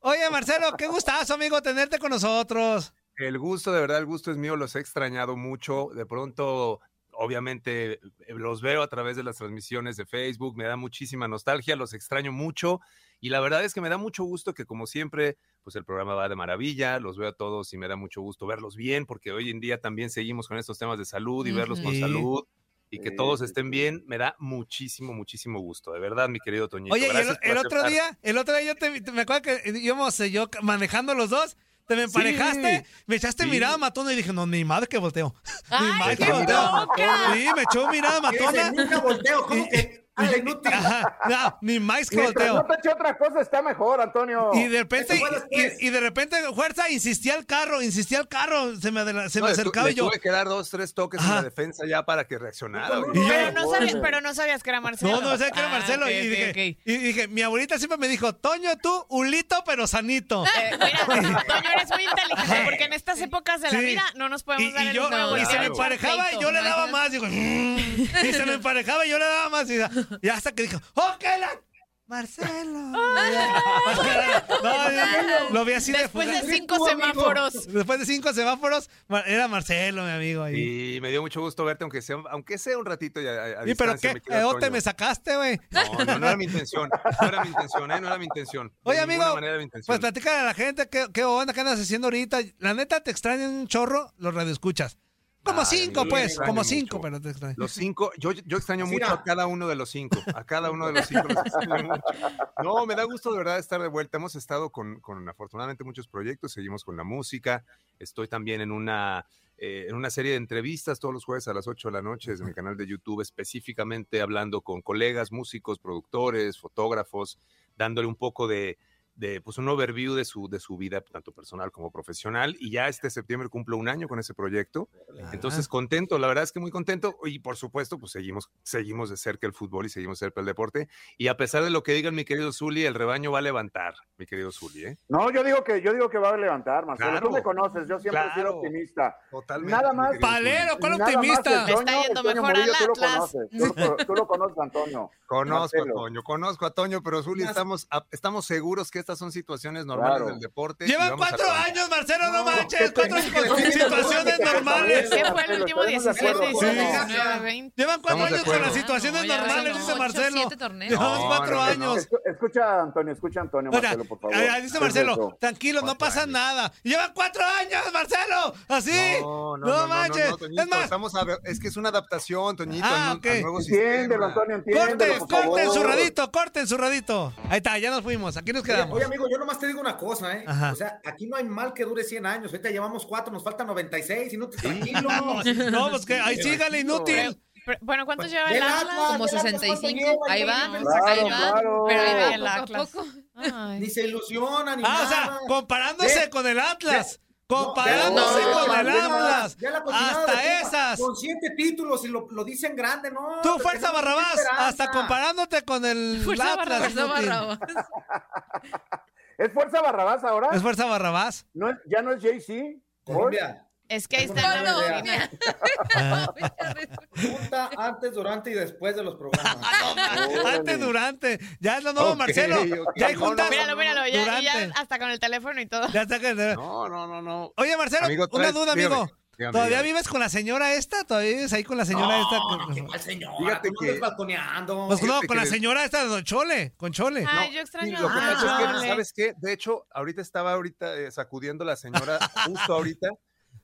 C: Oye, Marcelo, qué gustazo, amigo, tenerte con nosotros.
H: El gusto, de verdad, el gusto es mío, los he extrañado mucho. De pronto, obviamente, eh, los veo a través de las transmisiones de Facebook, me da muchísima nostalgia, los extraño mucho. Y la verdad es que me da mucho gusto que, como siempre, pues el programa va de maravilla, los veo a todos y me da mucho gusto verlos bien, porque hoy en día también seguimos con estos temas de salud y verlos con
C: Ujú.
H: salud. Y que
D: Sí,
H: todos
D: sí,
H: estén
D: sí.
H: bien, me da muchísimo, muchísimo gusto. De verdad, mi querido Toñito.
C: Oye, y el,
H: gracias por
C: el otro
H: aceptar.
C: día, el otro día yo te, te- me acuerdo que íbamos eh, yo manejando los dos, te me emparejaste, me echaste
H: Sí.
C: mirada matona y dije, no, ni madre que volteo. ni madre que
H: qué
C: volteo. Sí, me echó mirada
G: ¿Qué dice?
C: matona.
G: Nunca volteo, ¿cómo que? Ah, inútil.
C: Ajá, no, ni más que
D: Mientras
C: volteo.
D: no te eche otra cosa, está mejor, Antonio.
C: Y de repente,
G: Eso fue después.
C: y, y de repente, fuerza, insistía al carro, insistía al carro, se me, adela- se
H: No,
C: me
H: le tu-
C: acercaba
H: le
C: y yo.
H: Tuve que dar dos, tres toques en
C: Ajá.
H: la defensa ya para que reaccionara. güey.
C: Y yo-
F: Pero no, sabías,
D: Oye.
F: pero no sabías que era Marcelo.
C: No, no sé que era
F: Ah,
C: Marcelo.
F: ok,
C: y,
F: ok,
C: dije,
F: ok.
C: y dije, mi abuelita siempre me dijo, Toño, tú, ulito, pero sanito.
F: Eh, mira, Toño, eres muy inteligente porque en estas épocas de la
C: Sí.
F: vida no nos
C: Y,
F: podemos dar
C: y
F: el
C: yo,
F: lujo de
C: y se me
F: dar un
C: emparejaba y
F: pleito,
C: yo le daba
F: imagínate.
C: más. Digo, "Mm". y se me emparejaba y yo le daba más. Y, y hasta que dijo, ¡Oh, que la... Marcelo. Marcelo. No, yo lo vi así de
F: Después
C: fuga.
F: de cinco
G: Tú, amigo.
F: semáforos.
C: Después de cinco semáforos, Mar- era Marcelo, mi amigo. Ahí.
H: Y me dio mucho gusto verte, aunque sea, aunque sea un ratito ya. A, a
C: ¿Y pero
H: distancia,
C: qué?
H: mi querido
C: te
H: Toño.
C: me sacaste, güey?
H: No, no, no era mi intención. No era mi intención, ¿eh? No era mi intención. De
C: Oye,
H: ninguna
C: amigo,
H: manera era mi
C: Pues
H: intención.
C: platícale a la gente qué, qué onda, qué andas haciendo ahorita. La neta, te extrañan un chorro los radioescuchas. Como
H: Ay,
C: cinco,
H: yo
C: pues,
H: extraño
C: como
H: mucho.
C: cinco, pero te extrañan.
H: Los cinco, yo, yo extraño
G: Sí,
H: mucho
G: mira.
H: a cada uno de los cinco, a cada uno de los cinco. los extraño mucho. No, me da gusto de verdad estar de vuelta. Hemos estado con, con afortunadamente muchos proyectos, seguimos con la música. Estoy también en una, eh, en una serie de entrevistas todos los jueves a las 8 de la noche desde mi canal de YouTube, específicamente hablando con colegas, músicos, productores, fotógrafos, dándole un poco de, de pues un overview de su, de su vida, tanto personal como profesional. Y ya este septiembre cumplo un año con ese proyecto. Entonces, contento, la verdad es que muy contento. Y por supuesto, pues seguimos, seguimos de cerca el fútbol y seguimos de cerca el deporte. Y a pesar de lo que digan, mi querido Zuli, el rebaño va a levantar, mi querido Zuli, ¿eh?
D: No, yo digo que yo digo que va a levantar, Marcelo.
H: Claro.
D: Tú me conoces, yo siempre he
H: Claro.
D: sido optimista.
H: Totalmente.
D: Nada
H: mi
D: más.
H: querido Zuli.
C: Palero, ¿cuál
D: Nada más
C: optimista?
D: el
F: Le está
D: Toño-
F: yendo
D: el Toño
F: mejor
D: Murillo,
F: al
D: tú lo
F: Atlas.
D: conoces, tú lo- tú lo conoces, Antonio.
H: Conozco
D: Marcelo.
H: a Toño, conozco a Toño, pero Zuli,
G: Más-
H: estamos, a- estamos seguros que estas son situaciones normales
D: Claro.
H: del deporte. y
C: Llevan
H: Este, vamos a
C: cuatro
H: levantar.
C: años, Marcelo, no,
G: No,
C: manches, cuatro
G: que te-
C: con- situaciones normales.
F: ¿Qué fue el
D: Pero
F: último?
D: estaremos de acuerdo
F: 17,
G: con
F: 19,
G: eso.
F: 20.
C: Llevan cuatro
H: Estamos de
C: años con
H: acuerdo.
C: las situaciones
A: No, ya
C: normales,
A: van
C: dice
A: ocho,
C: Marcelo.
A: siete torneos.
C: Llevamos
H: No,
C: cuatro
H: no, no, no.
C: años.
D: Escu- Escucha, Antonio, escucha, Antonio,
C: Mira,
D: Marcelo, por favor.
C: ahí- ahí dice
D: ¿Qué es
C: Marcelo,
D: eso?
C: tranquilo, no
H: Cuatro
C: pasa
H: años.
C: nada. Llevan cuatro años, Marcelo, así.
H: No, no, no,
C: No
H: no, no,
C: manches.
H: no, Toñito,
C: es más,
H: estamos a ver- es que es una adaptación, Toñito,
C: Ah,
H: al nu-
C: ok.
H: al nuevo
D: Entiéndelo,
H: sistema.
D: Antonio, entiéndelo,
C: corten,
D: por
C: corten
D: favor.
C: su radito, corten su radito. Ahí está, ya nos fuimos, aquí nos quedamos. años.
I: Oye, amigo, yo nomás te digo una cosa, ¿eh?
C: Ajá.
I: O sea, aquí no hay mal que dure 100 años. Ahorita llevamos 4, nos faltan 96 y no te tranquilo.
C: No, pues que ahí sígale, inútil. Pues
F: Pero, bueno, ¿cuántos lleva
I: ¿eh? Del
F: el
I: Atlas,
F: Atlas?
A: Como
I: del Atlas, ¿cuánto
A: 65.
I: lleva?
A: Ahí va,
I: Claro,
A: ahí va.
D: claro.
A: Pero ahí va,
F: El
A: poco a
F: Atlas.
A: poco.
I: Ni se ilusiona, ni
C: Ah, o
I: nada.
C: sea, comparándose
I: Ve,
C: con el Atlas.
I: No,
C: Comparándose
I: ya la-
C: con el
I: ya la-
C: Atlas.
I: ya la cocinada de
C: Hasta
I: Pumas,
C: esas.
I: Con siete títulos y lo, lo dicen grande, ¿no?
C: Tú,
I: pero
C: fuerza
I: tenemos
C: Barrabás,
I: esperanza.
C: hasta comparándote con el
F: Fuerza
C: Atlas.
A: Fuerza
C: inútil.
A: Barrabás.
D: ¿Es Fuerza Barrabás ahora?
C: ¿Es fuerza Barrabás?
D: ¿No es- ¿Ya no es Jay-Z?
I: Colombia,
F: Es que ahí está la oficina.
A: Colombia.
I: junta antes, durante y después de los programas.
C: Antes, durante. Ya es lo nuevo,
H: Ok,
C: Marcelo.
H: ok.
C: Ya hay
H: No, no,
C: juntas.
F: Míralo, míralo, ya, ya
C: Durante.
F: hasta con el teléfono y todo.
C: Ya está que-
H: No, no, no, no.
C: Oye, Marcelo,
H: Amigo,
C: una
H: traes-
C: duda,
H: dígame,
C: amigo.
H: dígame,
C: ¿Todavía
H: dígame.
C: vives con la señora esta? ¿Todavía vives ahí con la señora esta?
I: ¿Qué mal señora?
H: Fíjate
I: tú no
H: que-
I: andes balconeando.
C: Pues no,
H: Fíjate
C: con
H: que
C: la
H: de-
C: señora esta de Don Chole, con Chole.
F: Ay,
H: No,
F: yo extraño
H: sí, lo que
C: ah,
H: pasa
F: a
H: es que,
F: Chole.
H: ¿sabes qué? De hecho, ahorita estaba ahorita eh, sacudiendo la señora, justo ahorita,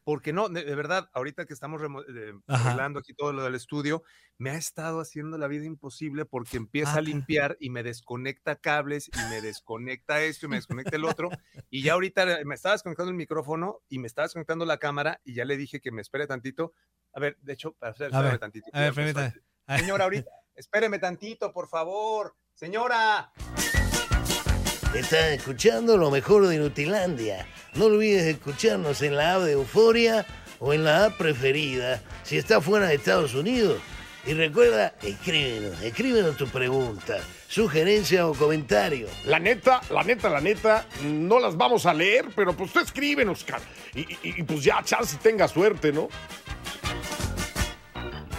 H: porque no, de, de verdad, ahorita que estamos remo- eh,
C: Ajá.
H: arreglando aquí todo lo del estudio, me ha estado haciendo la vida imposible porque empieza
C: Ah,
H: a limpiar y me desconecta cables y me desconecta esto y me desconecta el otro. Y ya ahorita eh, me estaba desconectando el micrófono y me estaba desconectando la cámara y ya le dije que me espere tantito. A ver, de hecho, para hacer-
C: A ver,
H: espérame tantito.
C: A ver,
H: ya empezó.
C: permítame. A ver.
H: Señora, ahorita, espéreme tantito, por favor. Señora,
J: Estás escuchando lo mejor de Nutilandia. No olvides escucharnos en la app de Euforia o en la app preferida si estás fuera de Estados Unidos. Y recuerda, escríbenos, escríbenos tu pregunta, sugerencia o comentario.
K: La neta, la neta, la neta, no las vamos a leer, pero pues tú escríbenos, Oscar. Y, y- y, pues ya, chance tenga suerte, ¿no?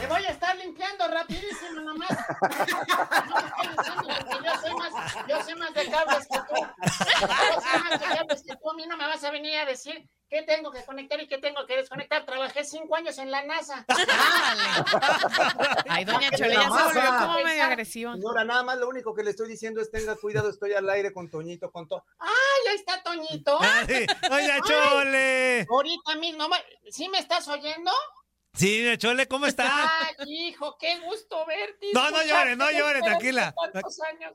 I: Te voy a estar limpiando rapidísimo nomás. yo, soy más, yo soy más de cables que tú. Yo soy más de cables que tú. A mí no me vas a venir a decir qué tengo que conectar y qué tengo que desconectar. Trabajé cinco años en la NASA.
F: Ándale. Ay, doña Chole, ya se volvió como medio agresiva.
H: Señora, nada más lo único que le estoy diciendo es tenga cuidado, estoy al aire con Toñito, con todo.
I: ¡Ay, ahí está Toñito!
C: Ay, Doña Chole.
I: Ahorita mismo, ma- ¿sí me estás oyendo?
C: Sí, doña Chole, ¿cómo está?
I: ¡Ay, hijo, qué gusto verte!
C: No, no llores, no
I: escucharte
C: llores,
I: después
C: tranquila.
I: de tantos años.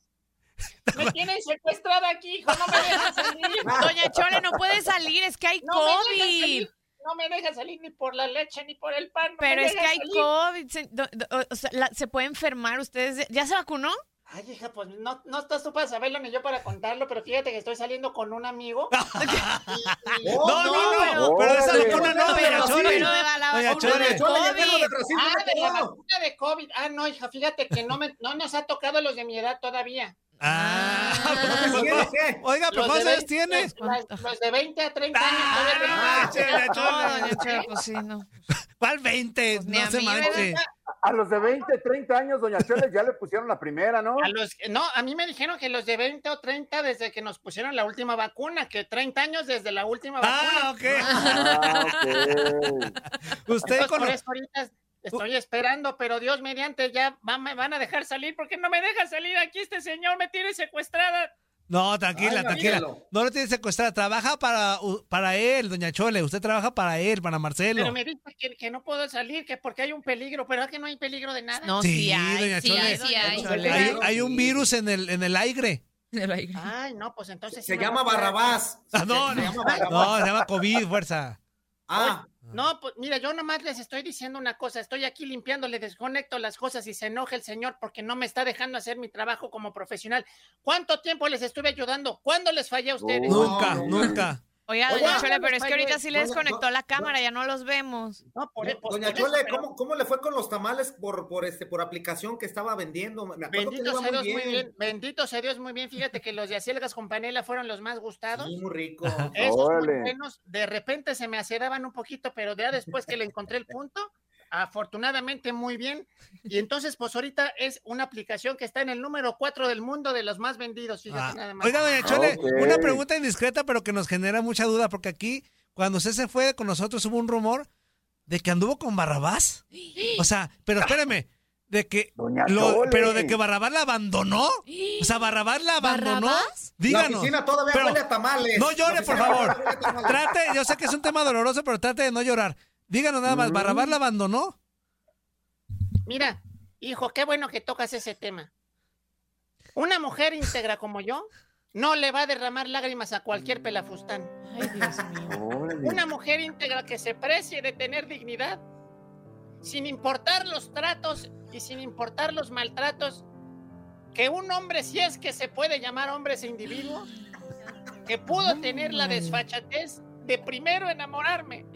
I: Me tienen secuestrada aquí, hijo, no me dejan salir.
F: Doña Chole no puede salir, es que hay
I: No me dejan
F: COVID.
I: salir, no me dejan salir ni por la leche ni por el pan. no
F: Pero
I: me
F: es que
I: dejan
F: hay
I: salir.
F: COVID. se- do- do- o sea, la- se puede enfermar ustedes. de- ¿Ya se vacunó?
I: Ay, hija, pues no, no estás tú para saberlo ni yo para contarlo, pero fíjate que estoy saliendo con un amigo. Y- y-
C: No, no, no,
D: no,
C: pero esa
D: órale.
C: vacuna no,
F: pero,
C: doña
F: sí,
C: Chole.
F: pero de la
C: Doña
F: vacuna
C: Chole.
F: de
I: Chole, ya
F: COVID.
I: Ah, de la vacuna de COVID. Ah, no, hija, fíjate que no, me, no nos ha tocado los de mi edad todavía.
C: Ah,
I: ¿Los de qué?
C: oiga, pero
I: Los de
C: ¿cuántos años
I: 20,
C: tiene?
I: Los, los- los de 20 a 30 años. todavía tengo.
C: Ah, no manches, doña
F: No, doña
C: Chole.
F: Chole, pues sí, no.
C: ¿Cuál 20?
F: Pues ni
C: No
F: a
C: se
F: mí,
C: manche.
F: ¿verdad?
D: A los de 20, 30 años, Doña Chole ya le pusieron la primera, ¿no?
I: A los, no, a mí me dijeron que los de 20 o 30 desde que nos pusieron la última vacuna, que 30 años desde la última vacuna.
C: Ah, ok.
D: Ah, ok.
C: Usted
I: Entonces,
C: con
I: por eso ahorita estoy esperando, pero Dios mediante ya va- me van a dejar salir, porque no me deja salir aquí este señor, me tiene secuestrada.
C: No, tranquila,
I: Ay,
C: tranquila.
I: Marcelo.
C: No lo tiene secuestrada. Trabaja para, u- para él, doña Chole. Usted trabaja para él, para Marcelo.
I: Pero me dice que, que no puedo salir, que porque hay un peligro, pero es que no hay peligro de nada.
F: No,
C: Sí,
F: sí, hay,
C: doña
F: sí
C: Chole.
F: hay, doña
A: Sí hay.
F: Chole.
C: Hay,
I: Claro,
C: hay un
I: sí.
C: virus en el, en el aire.
A: El aire.
I: Ay, no, pues entonces...
J: Se llama Barrabás.
C: Ah, no, no, no, se llama COVID, fuerza.
I: Ah. No, pues mira, yo nomás les estoy diciendo una cosa, estoy aquí limpiando, le desconecto las cosas y se enoja el señor porque no me está dejando hacer mi trabajo como profesional. ¿Cuánto tiempo les estuve ayudando? ¿Cuándo les fallé a ustedes?
D: No,
C: nunca,
D: no, no.
C: nunca.
F: Oiga,
I: Oiga,
F: doña Chole, pero es que
I: español.
F: ahorita sí le desconectó la cámara, ya no los vemos.
I: No, por, pues,
J: Doña
I: por eso,
J: Chole,
I: pero
J: ¿cómo, ¿cómo le fue con los tamales por, por, este, por aplicación que estaba vendiendo? Me acuerdo que le
I: Bendito
J: iba muy
I: sea Dios,
J: bien.
I: muy bien. Bendito sea Dios, muy bien. Fíjate que los de acielgas con panela fueron los más gustados.
J: Sí, muy rico.
I: Esos muy
D: Órale.
I: buenos, de repente se me aceleraban un poquito, pero ya después que le encontré el punto, afortunadamente muy bien. Y entonces, pues ahorita es una aplicación que está en el número 4 del mundo de los más vendidos, fíjate
C: Ah,
I: nada más.
C: Oiga, doña Chole,
D: Ok.
C: una pregunta indiscreta, pero que nos genera mucha duda, porque aquí, cuando usted se fue con nosotros, hubo un rumor de que anduvo con Barrabás. O sea, pero espéreme, de que.
D: Doña
C: lo-
D: Chole.
C: pero de que Barrabás la abandonó. O sea, Barrabás la abandonó.
A: ¿Barrabás?
C: Díganos.
J: La oficina todavía
C: Pero-
J: huele a tamales.
C: No llore,
J: La
C: por
J: oficina
C: favor.
J: todavía huele a tamales.
C: Trate, yo sé que es un tema doloroso, pero trate de no llorar. Díganos nada
J: Mm.
C: más, ¿Barrabás la abandonó?
I: Mira, hijo, qué bueno que tocas ese tema. Una mujer íntegra como yo no le va a derramar lágrimas a cualquier pelafustán. Una mujer íntegra que se precie de tener dignidad, sin importar los tratos y sin importar los maltratos, que un hombre, si es que se puede llamar hombre ese individuo, que pudo tener la desfachatez de primero enamorarme,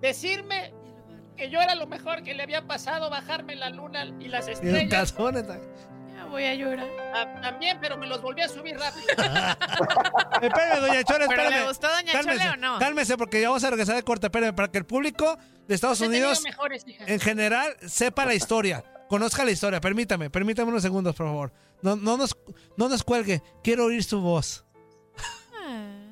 I: decirme que yo era lo mejor que le había pasado, bajarme la luna y las
C: Tiene
I: estrellas.
C: calzones.
I: Ya voy a llorar. también, pero me los volví a subir rápido.
C: Ah, Espérame, doña Chole,
I: ¿Pero
C: espérame.
I: le gustó doña
C: Cálmese,
I: Chole o no?
C: Cálmese porque ya vamos a regresar de corte. Espérame, para que el público de Estados
I: He tenido
C: Unidos
I: mejores, hija.
C: en general sepa la historia. Conozca la historia. Permítame, permítame unos segundos, por favor. No, no, nos, no nos cuelgue. Quiero oír su voz.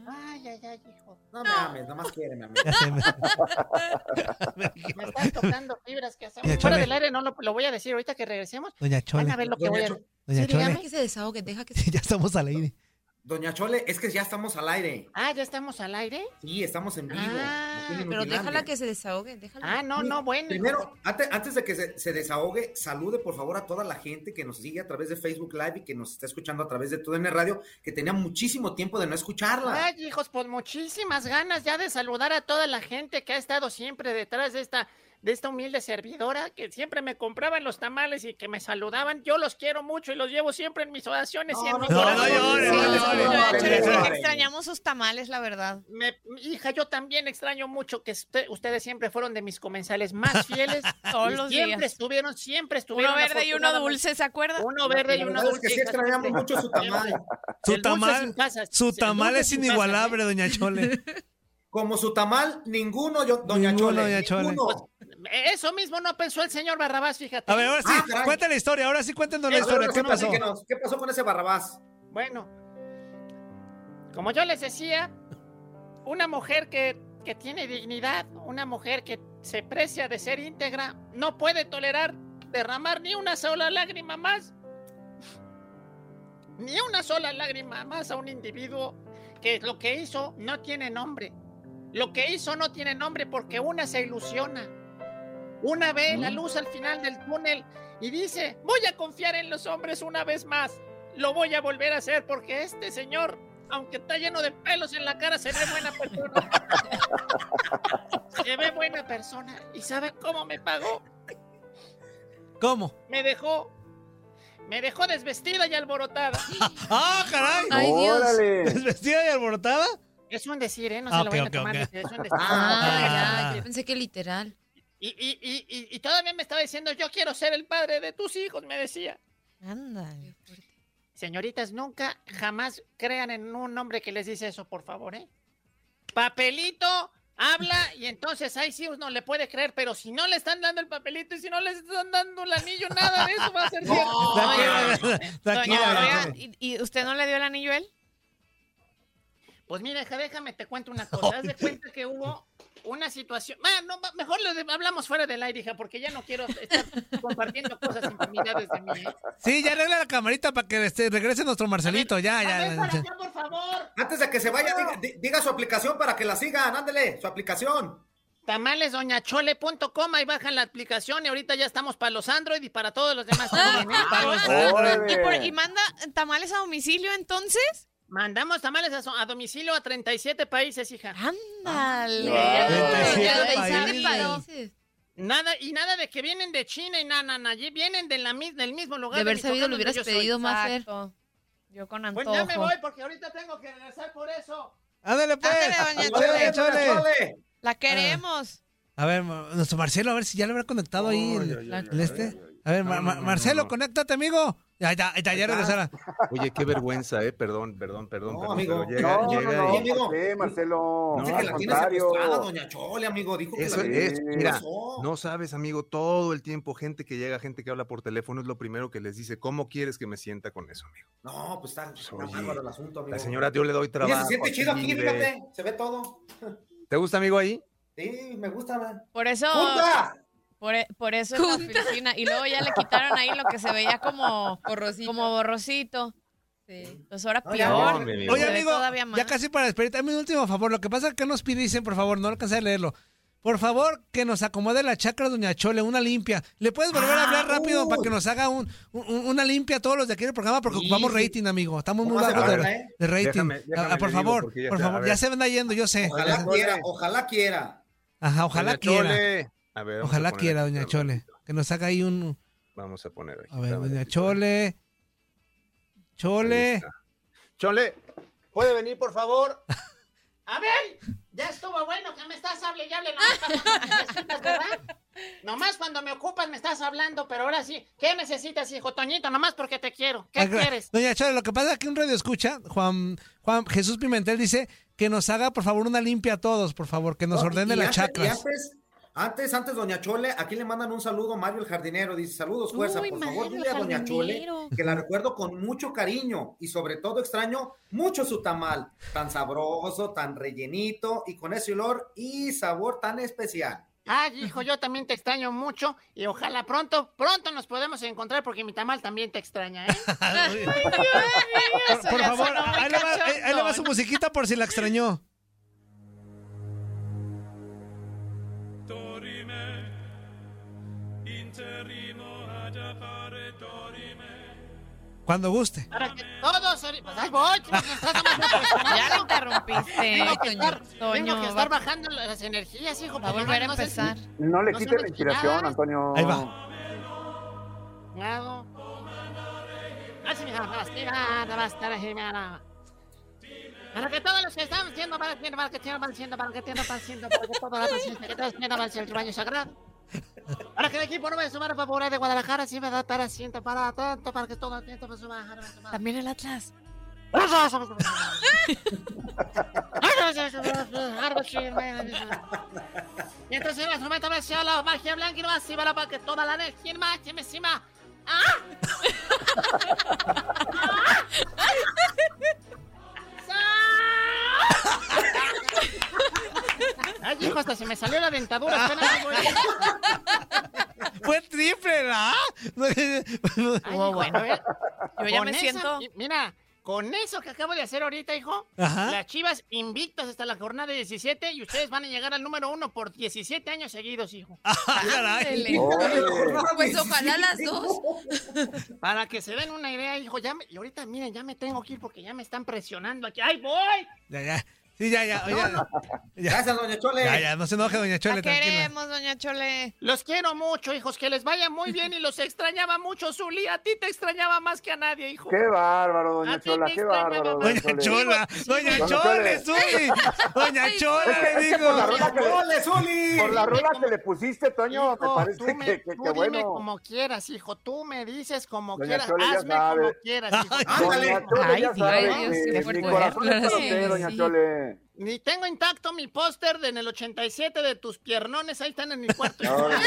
I: Ay, ay, ay, hijo.
L: No me ames, nomás quiéreme, amigo.
C: Ya sé, me-
I: Me están tocando fibras que hacemos.
C: Doña
I: Fuera
C: Chole.
I: del aire, no lo, lo voy a decir ahorita que regresemos.
C: Doña Chole.
I: Van a ver lo que voy a decir.
C: Doña Chole,
I: que se desahogue, deja que
C: ya estamos al aire.
L: Doña Chole, es que ya estamos al aire.
I: Ah, ¿ya estamos al aire?
L: Sí, estamos en vivo. Aquí en
A: Pero
L: Inutilandia.
A: déjala que se desahogue, déjala.
I: Ah, no, no, bueno.
L: Primero, ante- antes, de que se, se desahogue, salude por favor a toda la gente que nos sigue a través de Facebook Live y que nos está escuchando a través de TUDN Radio, que tenía muchísimo tiempo de no escucharla.
I: Ay, hijos, pues muchísimas ganas ya de saludar a toda la gente que ha estado siempre detrás de esta, de esta humilde servidora, que siempre me compraban los tamales y que me saludaban. Yo los quiero mucho y los llevo siempre en mis oraciones y en mis
C: no,
I: oraciones.
C: no llores, no llores.
F: Doña Chole,
C: No, no, no.
F: extrañamos sus tamales, la verdad.
I: Me- hija, yo también extraño mucho que usted- ustedes siempre fueron de mis comensales más fieles.
F: Todos
I: Y
F: los
I: siempre
F: días.
I: estuvieron, siempre estuvieron.
F: Uno verde y uno
I: afortunadamente.
F: dulce, ¿se acuerda?
I: Uno verde y
F: La
I: uno
F: verdad
I: dulce.
F: es que sí
I: hija,
F: extrañamos
I: siempre.
F: mucho su tamal.
C: Su
I: El dulce
C: tamal,
I: sin pasas,
C: su
I: el
C: tamal
I: dulce
C: es
I: sin ¿eh? pasas,
C: inigualable, doña Chole.
L: Como su tamal, ninguno, yo, Doña
C: Ninguno,
L: Chole.
C: doña Chole. Pues,
L: ninguno.
I: Eso mismo no pensó el señor Barrabás, fíjate.
C: A ver, ahora sí,
L: Ah, caray.
C: cuéntale la historia, ahora sí cuéntenos la
L: Eso,
C: historia. ¿Qué
L: no,
C: pasó?
L: platíquenos, ¿Qué pasó con ese Barrabás?
I: Bueno, como yo les decía, una mujer que, que tiene dignidad, una mujer que se precia de ser íntegra, no puede tolerar derramar ni una sola lágrima más. Ni una sola lágrima más a un individuo que lo que hizo no tiene nombre. Lo que hizo no tiene nombre porque una se ilusiona. Una ve la luz al final del túnel y dice, voy a confiar en los hombres una vez más. Lo voy a volver a hacer porque este señor, aunque está lleno de pelos en la cara, se ve buena persona. se ve buena persona. ¿Y saben cómo me pagó?
C: ¿Cómo?
I: Me dejó. Me dejó desvestida y alborotada.
C: ¡Ah, caray!
A: Ay, Dios.
C: ¿Desvestida y alborotada?
I: Es un decir, ¿eh? No
C: Ah,
I: se
C: ok,
I: lo vayan
C: ok,
I: a tomar.
C: ok.
I: dice, Es un decir.
A: Ah,
C: Ah.
A: ya, yo pensé que literal.
I: Y, y- y- y- y todavía me estaba diciendo, yo quiero ser el padre de tus hijos, me decía.
F: Ándale.
I: Señoritas, nunca, jamás crean en un hombre que les dice eso, por favor, ¿eh? Papelito, habla y entonces ahí sí uno le puede creer, pero si no le están dando el papelito y si no les están dando el anillo, nada de eso va a ser cierto.
C: Tranquila,
F: Doña
C: tranquila, doña
F: Gloria,
C: Chole.
F: ¿y, y usted no le dio el anillo a él?
I: Pues mira, hija, déjame, te cuento una cosa. Haz de cuenta que hubo una situación. Ah, no, va- mejor lo de- hablamos fuera del aire, hija, porque ya no quiero estar compartiendo cosas intimidades de mí. ¿eh?
C: Sí, ya arregla la camarita para que este, regrese nuestro Marcelito. Ya,
I: A ver,
C: ya.
I: para
C: ya.
I: acá, por favor.
L: Antes de que se vaya, diga, di- diga su aplicación para que la sigan, ándele, su aplicación.
I: Tamalesdoñachole.com, ahí bajan la aplicación y ahorita ya estamos para los Android y para todos los demás.
F: Ah,
I: también, ¿eh?
C: Para los
F: ¿Y,
D: Órale.
F: por- ah. y manda tamales a domicilio entonces?
I: Mandamos tamales a, so- a domicilio a 37 países, hija.
F: Ándale.
D: Ah,
C: ya, ya,
F: Ya,
C: ya,
F: ya, ya,
C: ya.
F: ya.
I: Nada, y nada de que vienen de China y nada, nada, allí vienen de la, mis- del mismo lugar.
A: De haber
I: Michoacán,
A: sabido, lo
I: donde
A: hubieras
I: yo soy.
A: pedido más, Fer.
F: Exacto. Yo con
I: Pues
F: antojo.
I: ya me voy porque ahorita tengo que regresar por eso.
C: Ándale, pues.
L: eh,
F: Ándale, doña
C: Ándale,
F: Chole.
C: Chole.
F: La queremos.
C: A ver, ma- nuestro Marcelo, a ver si ya lo habrá conectado ahí. el- el este. A ver, ma- ma- Marcelo, conéctate, amigo. Ya, ya, ya, ya regresará.
H: Oye, qué vergüenza, ¿eh? Perdón, perdón, perdón.
L: No,
H: perdón,
L: amigo.
H: pero llega,
D: No, no,
H: llega
D: no,
H: y-
L: Amigo.
D: ¿por qué, Marcelo?
L: Dice
H: No,
L: que
D: al
L: la tiene
D: contrario.
L: secuestrada, doña Chole, amigo. Dijo que
H: Eso
L: la tiene-
H: es,
L: ¿Qué
H: mira,
L: pasó?
H: No sabes, amigo, todo el tiempo, gente que llega, gente que habla por teléfono, es lo primero que les dice, ¿cómo quieres que me sienta con eso, amigo?
L: No, pues está está
H: Oye,
L: bárbaro el asunto, amigo.
H: La señora, yo le doy
L: Mira,
H: trabajo.
L: se siente chido
H: aquí,
L: aquí,
H: ve.
L: fíjate. Se ve todo.
H: ¿Te gusta, amigo, ahí?
L: Sí, me gusta. man.
F: Por eso.
L: ¡Junta!
F: Por, e- por eso es la oficina. Y luego ya le quitaron ahí lo que se veía como,
A: Porrosito.
F: como borrosito.
A: Sí.
F: Pues ahora
L: No, ya
F: peor.
H: no, mi amigo.
F: Se
C: Oye,
F: ve
C: amigo,
F: todavía más.
C: ya casi para despedirte, dame un último favor. Lo que pasa es que nos pidicen, por favor, no alcancé a leerlo. Por favor, que nos acomode la chacra, doña Chole, una limpia. ¿Le puedes volver
H: Ah,
C: a hablar rápido para que nos haga un- un- una limpia a todos los de aquí del programa? Porque
H: Sí,
C: ocupamos
H: sí.
C: rating, amigo. Estamos muy
H: ¿Cómo hace
C: bajos de,
H: falta, eh?
C: de rating.
H: Déjame-
C: Ah,
H: déjame
C: por
H: le digo,
C: favor,
H: porque ya
C: por
H: te- a
C: favor,
H: ver.
C: ya se ven yendo, yo sé.
L: Ojalá quiera, ojalá quiera.
C: Ajá, ojalá
H: Doña
C: quiera.
H: Chole. A ver, vamos a
C: ojalá
H: poner
C: quiera,
H: aquí
C: doña
H: algo.
C: Chole. Que nos haga ahí un.
H: Vamos a poner aquí.
C: A ver,
H: Dame
C: doña Chole. Chole.
H: Chole, ¿puede venir, por favor?
I: A ver, ya estuvo bueno que me estás hable y hable nomás para cuando me necesitas, ¿verdad? Nomás cuando me ocupas me estás hablando, pero ahora sí, ¿qué necesitas, hijo Toñito? Nomás porque te quiero. ¿Qué
C: Ah, gra-
I: quieres?
C: Doña Chole, lo que pasa es que un radio escucha, Juan, Juan Jesús Pimentel dice que nos haga, por favor, una limpia a todos, por favor, que nos
L: No,
C: ordene
L: Oh, y
C: Pues las
L: antes- y
C: chacras.
L: Antes, antes, antes, doña Chole, aquí le mandan un saludo Mario el jardinero. Dice, saludos, fuerza,
I: Uy,
L: por
I: Mario
L: favor,
I: el
L: dile a doña Chole
I: jardinero.
L: que la recuerdo con mucho cariño y sobre todo extraño mucho su tamal, tan sabroso, tan rellenito y con ese olor y sabor tan especial.
I: Ay, hijo, yo también te extraño mucho y ojalá pronto, pronto nos podemos encontrar porque mi tamal también te extraña, ¿eh?
C: Por, por favor, ahí le, va, ahí- ahí le va su musiquita por si la extrañó. Cuando guste.
I: Para que todos... ori- Pues ahí voy, chico, me estás tomando presionado.
F: Ya lo interrumpiste,
I: Tengo que estar,
F: Toño,
I: tengo que
F: va-
I: estar bajando las energías, hijo.
F: Va a
I: porque
F: volver a
I: no sé si-
F: empezar.
D: No le
I: No
D: quite
I: se
D: la
I: me
D: inspiración, Antonio.
C: Ahí va.
I: Nado. Ah, sí, mira, nada más, sí, nada, nada más, nada, sí, nada. Para que todos los que están siendo para que para que siendo para siendo para que siendo para siendo para que todos los que siendo, que todos siendo para el baño sagrado. Para que el equipo no me sumara favor de Guadalajara, sí, verdad, para siento para tanto, para que todo el tiempo me suma.
F: También el Atlas.
I: Y entonces la instrumento me decía la magia blanca y no así para para que toda la energía más que me encima. ¡Ah! Ay, hijo, hasta se me salió la dentadura. espera, güey.
C: Fue triple, ¿la?
I: Ay, hijo, a ver.
F: Yo ya
I: Con
F: me
I: esa-
F: siento.
I: y- Mira, con eso que acabo de hacer ahorita, hijo,
F: Ajá.
I: las chivas invictas hasta la jornada 17 y ustedes van a llegar al número uno por 17 años seguidos, hijo.
F: Ah,
A: Ándale.
L: Oh,
A: Pues ojalá las dos.
I: Para que se den una idea, hijo, ya me- y ahorita miren, ya me tengo que ir porque ya me están presionando aquí. ¡Ay, voy!
C: Ya, ya. Sí, ya, ya. oye, ya.
L: Gracias, doña Chole.
C: Ya, ya, no se enoje, doña Chole, tranquila.
I: doña Chole. Los quiero mucho, hijos, que les vaya muy bien y los extrañaba mucho, Zuli. A ti te extrañaba más que a nadie, hijo.
D: Qué bárbaro, doña
I: A ti
D: Chola,
I: te
D: qué
I: extrañaba
D: bárbaro.
I: más.
D: Doña
C: Chola, doña
D: Doña
C: Chole,
D: Chole.
C: Zuli. Doña
D: Ay,
C: Chola,
D: es que-
C: le
D: es que
C: digo.
D: Por la rola que le-
L: Chole, Zuli.
D: por la rola que le pusiste, Toño, me
I: Hijo,
D: parece
I: tú
D: que,
I: me-
D: que- que
I: tú dime
D: bueno.
I: como quieras, hijo. Tú me dices como
D: Doña
I: quieras.
D: Chole ya
I: Hazme
D: sabe.
I: como quieras, hijo.
D: Doña Chole, ya sabes, eh, mi corazón es para usted, doña Chole.
I: Ni tengo intacto mi póster de en el 87 de tus piernones. Ahí están en mi cuarto.
D: Órale.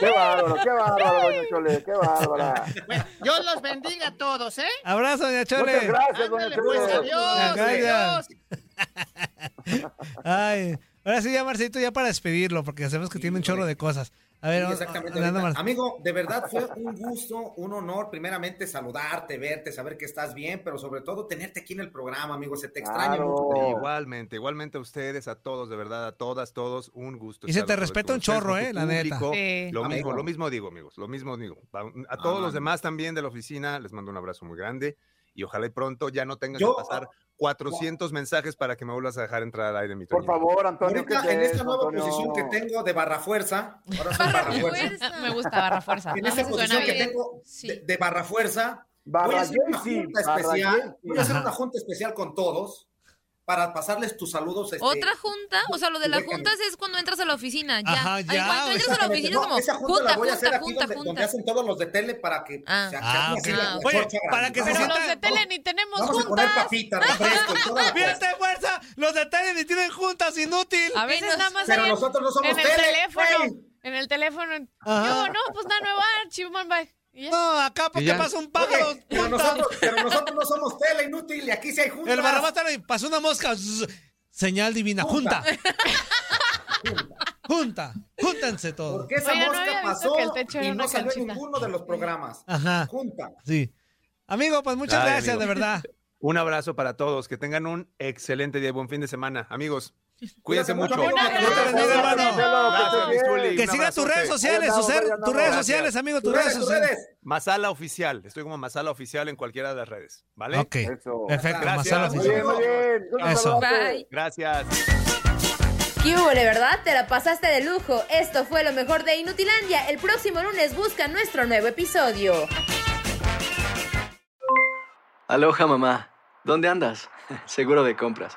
D: Qué bárbaro, qué bárbaro, doña Chole, qué bárbara.
I: Dios los bendiga a todos, ¿eh?
C: Abrazo, doña Chole.
D: Muchas gracias, doña
I: Ándale, pues,
D: Chole.
I: adiós.
C: Gracias.
I: adiós.
C: Ay, ahora sí ya, Marcelito, ya para despedirlo, porque sabemos que tiene un chorro de cosas. A ver,
L: Sí,
C: vamos-
L: exactamente.
C: nada
L: ahorita.
C: más.
L: Amigo, de verdad fue un gusto, un honor, primeramente saludarte, verte, saber que estás bien, pero sobre todo tenerte aquí en el programa, amigo. Se te extraña
H: Sí,
L: mucho.
H: Igualmente, igualmente a ustedes, a todos, de verdad, a todas, todos, un gusto.
C: Y se
H: estar
C: te
H: otra vez
C: respeta
H: con
C: un
H: ustedes,
C: chorro,
H: con tu
C: eh, la neta.
H: público.
C: Sí.
H: Lo mismo,
C: Amigo.
H: lo mismo digo, amigos, lo mismo digo. A, a todos los demás también de la oficina, les mando un abrazo muy grande y ojalá y pronto ya no tengas
L: Yo-
H: que pasar 400 mensajes para que me vuelvas a dejar entrar al aire, mi
D: Por
H: Toñito.
D: favor, Antonio.
L: Ahorita,
D: ¿qué
L: en
D: es,
L: esta nueva
D: Antonio?
L: posición que tengo de barra fuerza, ahora soy barra fuerza.
F: Me gusta barra fuerza.
L: En
F: Ah,
L: esta
F: me
L: posición
F: suena
L: que
F: bien.
L: tengo
F: Sí.
L: de, de barra fuerza, voy
D: Barra
L: a hacer una
D: Jaycee,
L: junta
D: barra
L: especial,
D: Jaycee.
L: voy a hacer una
D: Ajá.
L: junta especial con todos para pasarles tus saludos. este,
A: ¿Otra junta? O sea, lo de las
L: Déjame.
A: juntas es cuando entras a la oficina. Ya.
L: Ajá,
A: Ay,
L: ya,
A: cuando entras a la oficina es
L: No,
A: como
L: esa junta
A: junta,
L: la voy a hacer
A: junta,
L: aquí
A: junta,
L: donde, donde
A: junta.
L: hacen todos los de tele para que se
C: Ah,
L: achame
C: ok.
L: así la- la
C: Oye,
L: chorcha
C: para
L: grande.
C: que se
F: Pero
C: sienta-
F: los de tele ni tenemos
L: Vamos a poner
F: juntas.
L: papitas, refresco y toda la cosa.
C: ¡Fíjate, fuerza! ¡Los detalles ni tienen juntas, inútil!
F: A veces nada más
L: Pero
F: hay en-
L: nosotros no somos
F: en el
L: tele,
F: teléfono.
L: güey. Ah.
F: En el teléfono.
C: Ajá.
F: Yo, no, pues nada nueva, chivón, bye. Y ya.
C: No, acá
H: Y
C: porque
H: ya.
C: pasa un
L: Oye,
C: pájaro.
L: pero,
C: juntas.
L: nosotros, pero nosotros no somos tele, inútil, y aquí sí hay juntas.
C: El barrabás también, pasó una mosca. zzz, Señal divina. Junta. Junta. Júntense todos.
L: Porque esa
F: Oye, no
L: mosca
F: había visto
L: pasó
F: que el techo era
L: y
F: una
L: no salió en
F: canchita.
L: ninguno de los programas.
C: Ajá.
L: Junta.
C: Sí. Amigo, pues muchas
H: Ay,
C: gracias,
H: amigo.
C: de verdad.
H: Un abrazo para todos, que tengan un excelente día y buen fin de semana, amigos. Cuídense mucho.
C: Un abrazo, hermano. Que siga tus redes sociales, sus ser- tus redes sociales, amigo, tus redes sociales.
H: Masala Oficial. Estoy como Masala Oficial en cualquiera de las redes. ¿Vale?
C: Ok, Eso. perfecto, Masala Oficial. Muy
H: bien,
C: bien. Eso.
A: Bye.
H: Gracias.
A: ¿Qué hubo, de verdad? Te la pasaste de lujo. Esto fue lo mejor de Inutilandia. El próximo lunes busca nuestro nuevo episodio.
M: Aloha mamá, ¿dónde andas? Seguro de compras.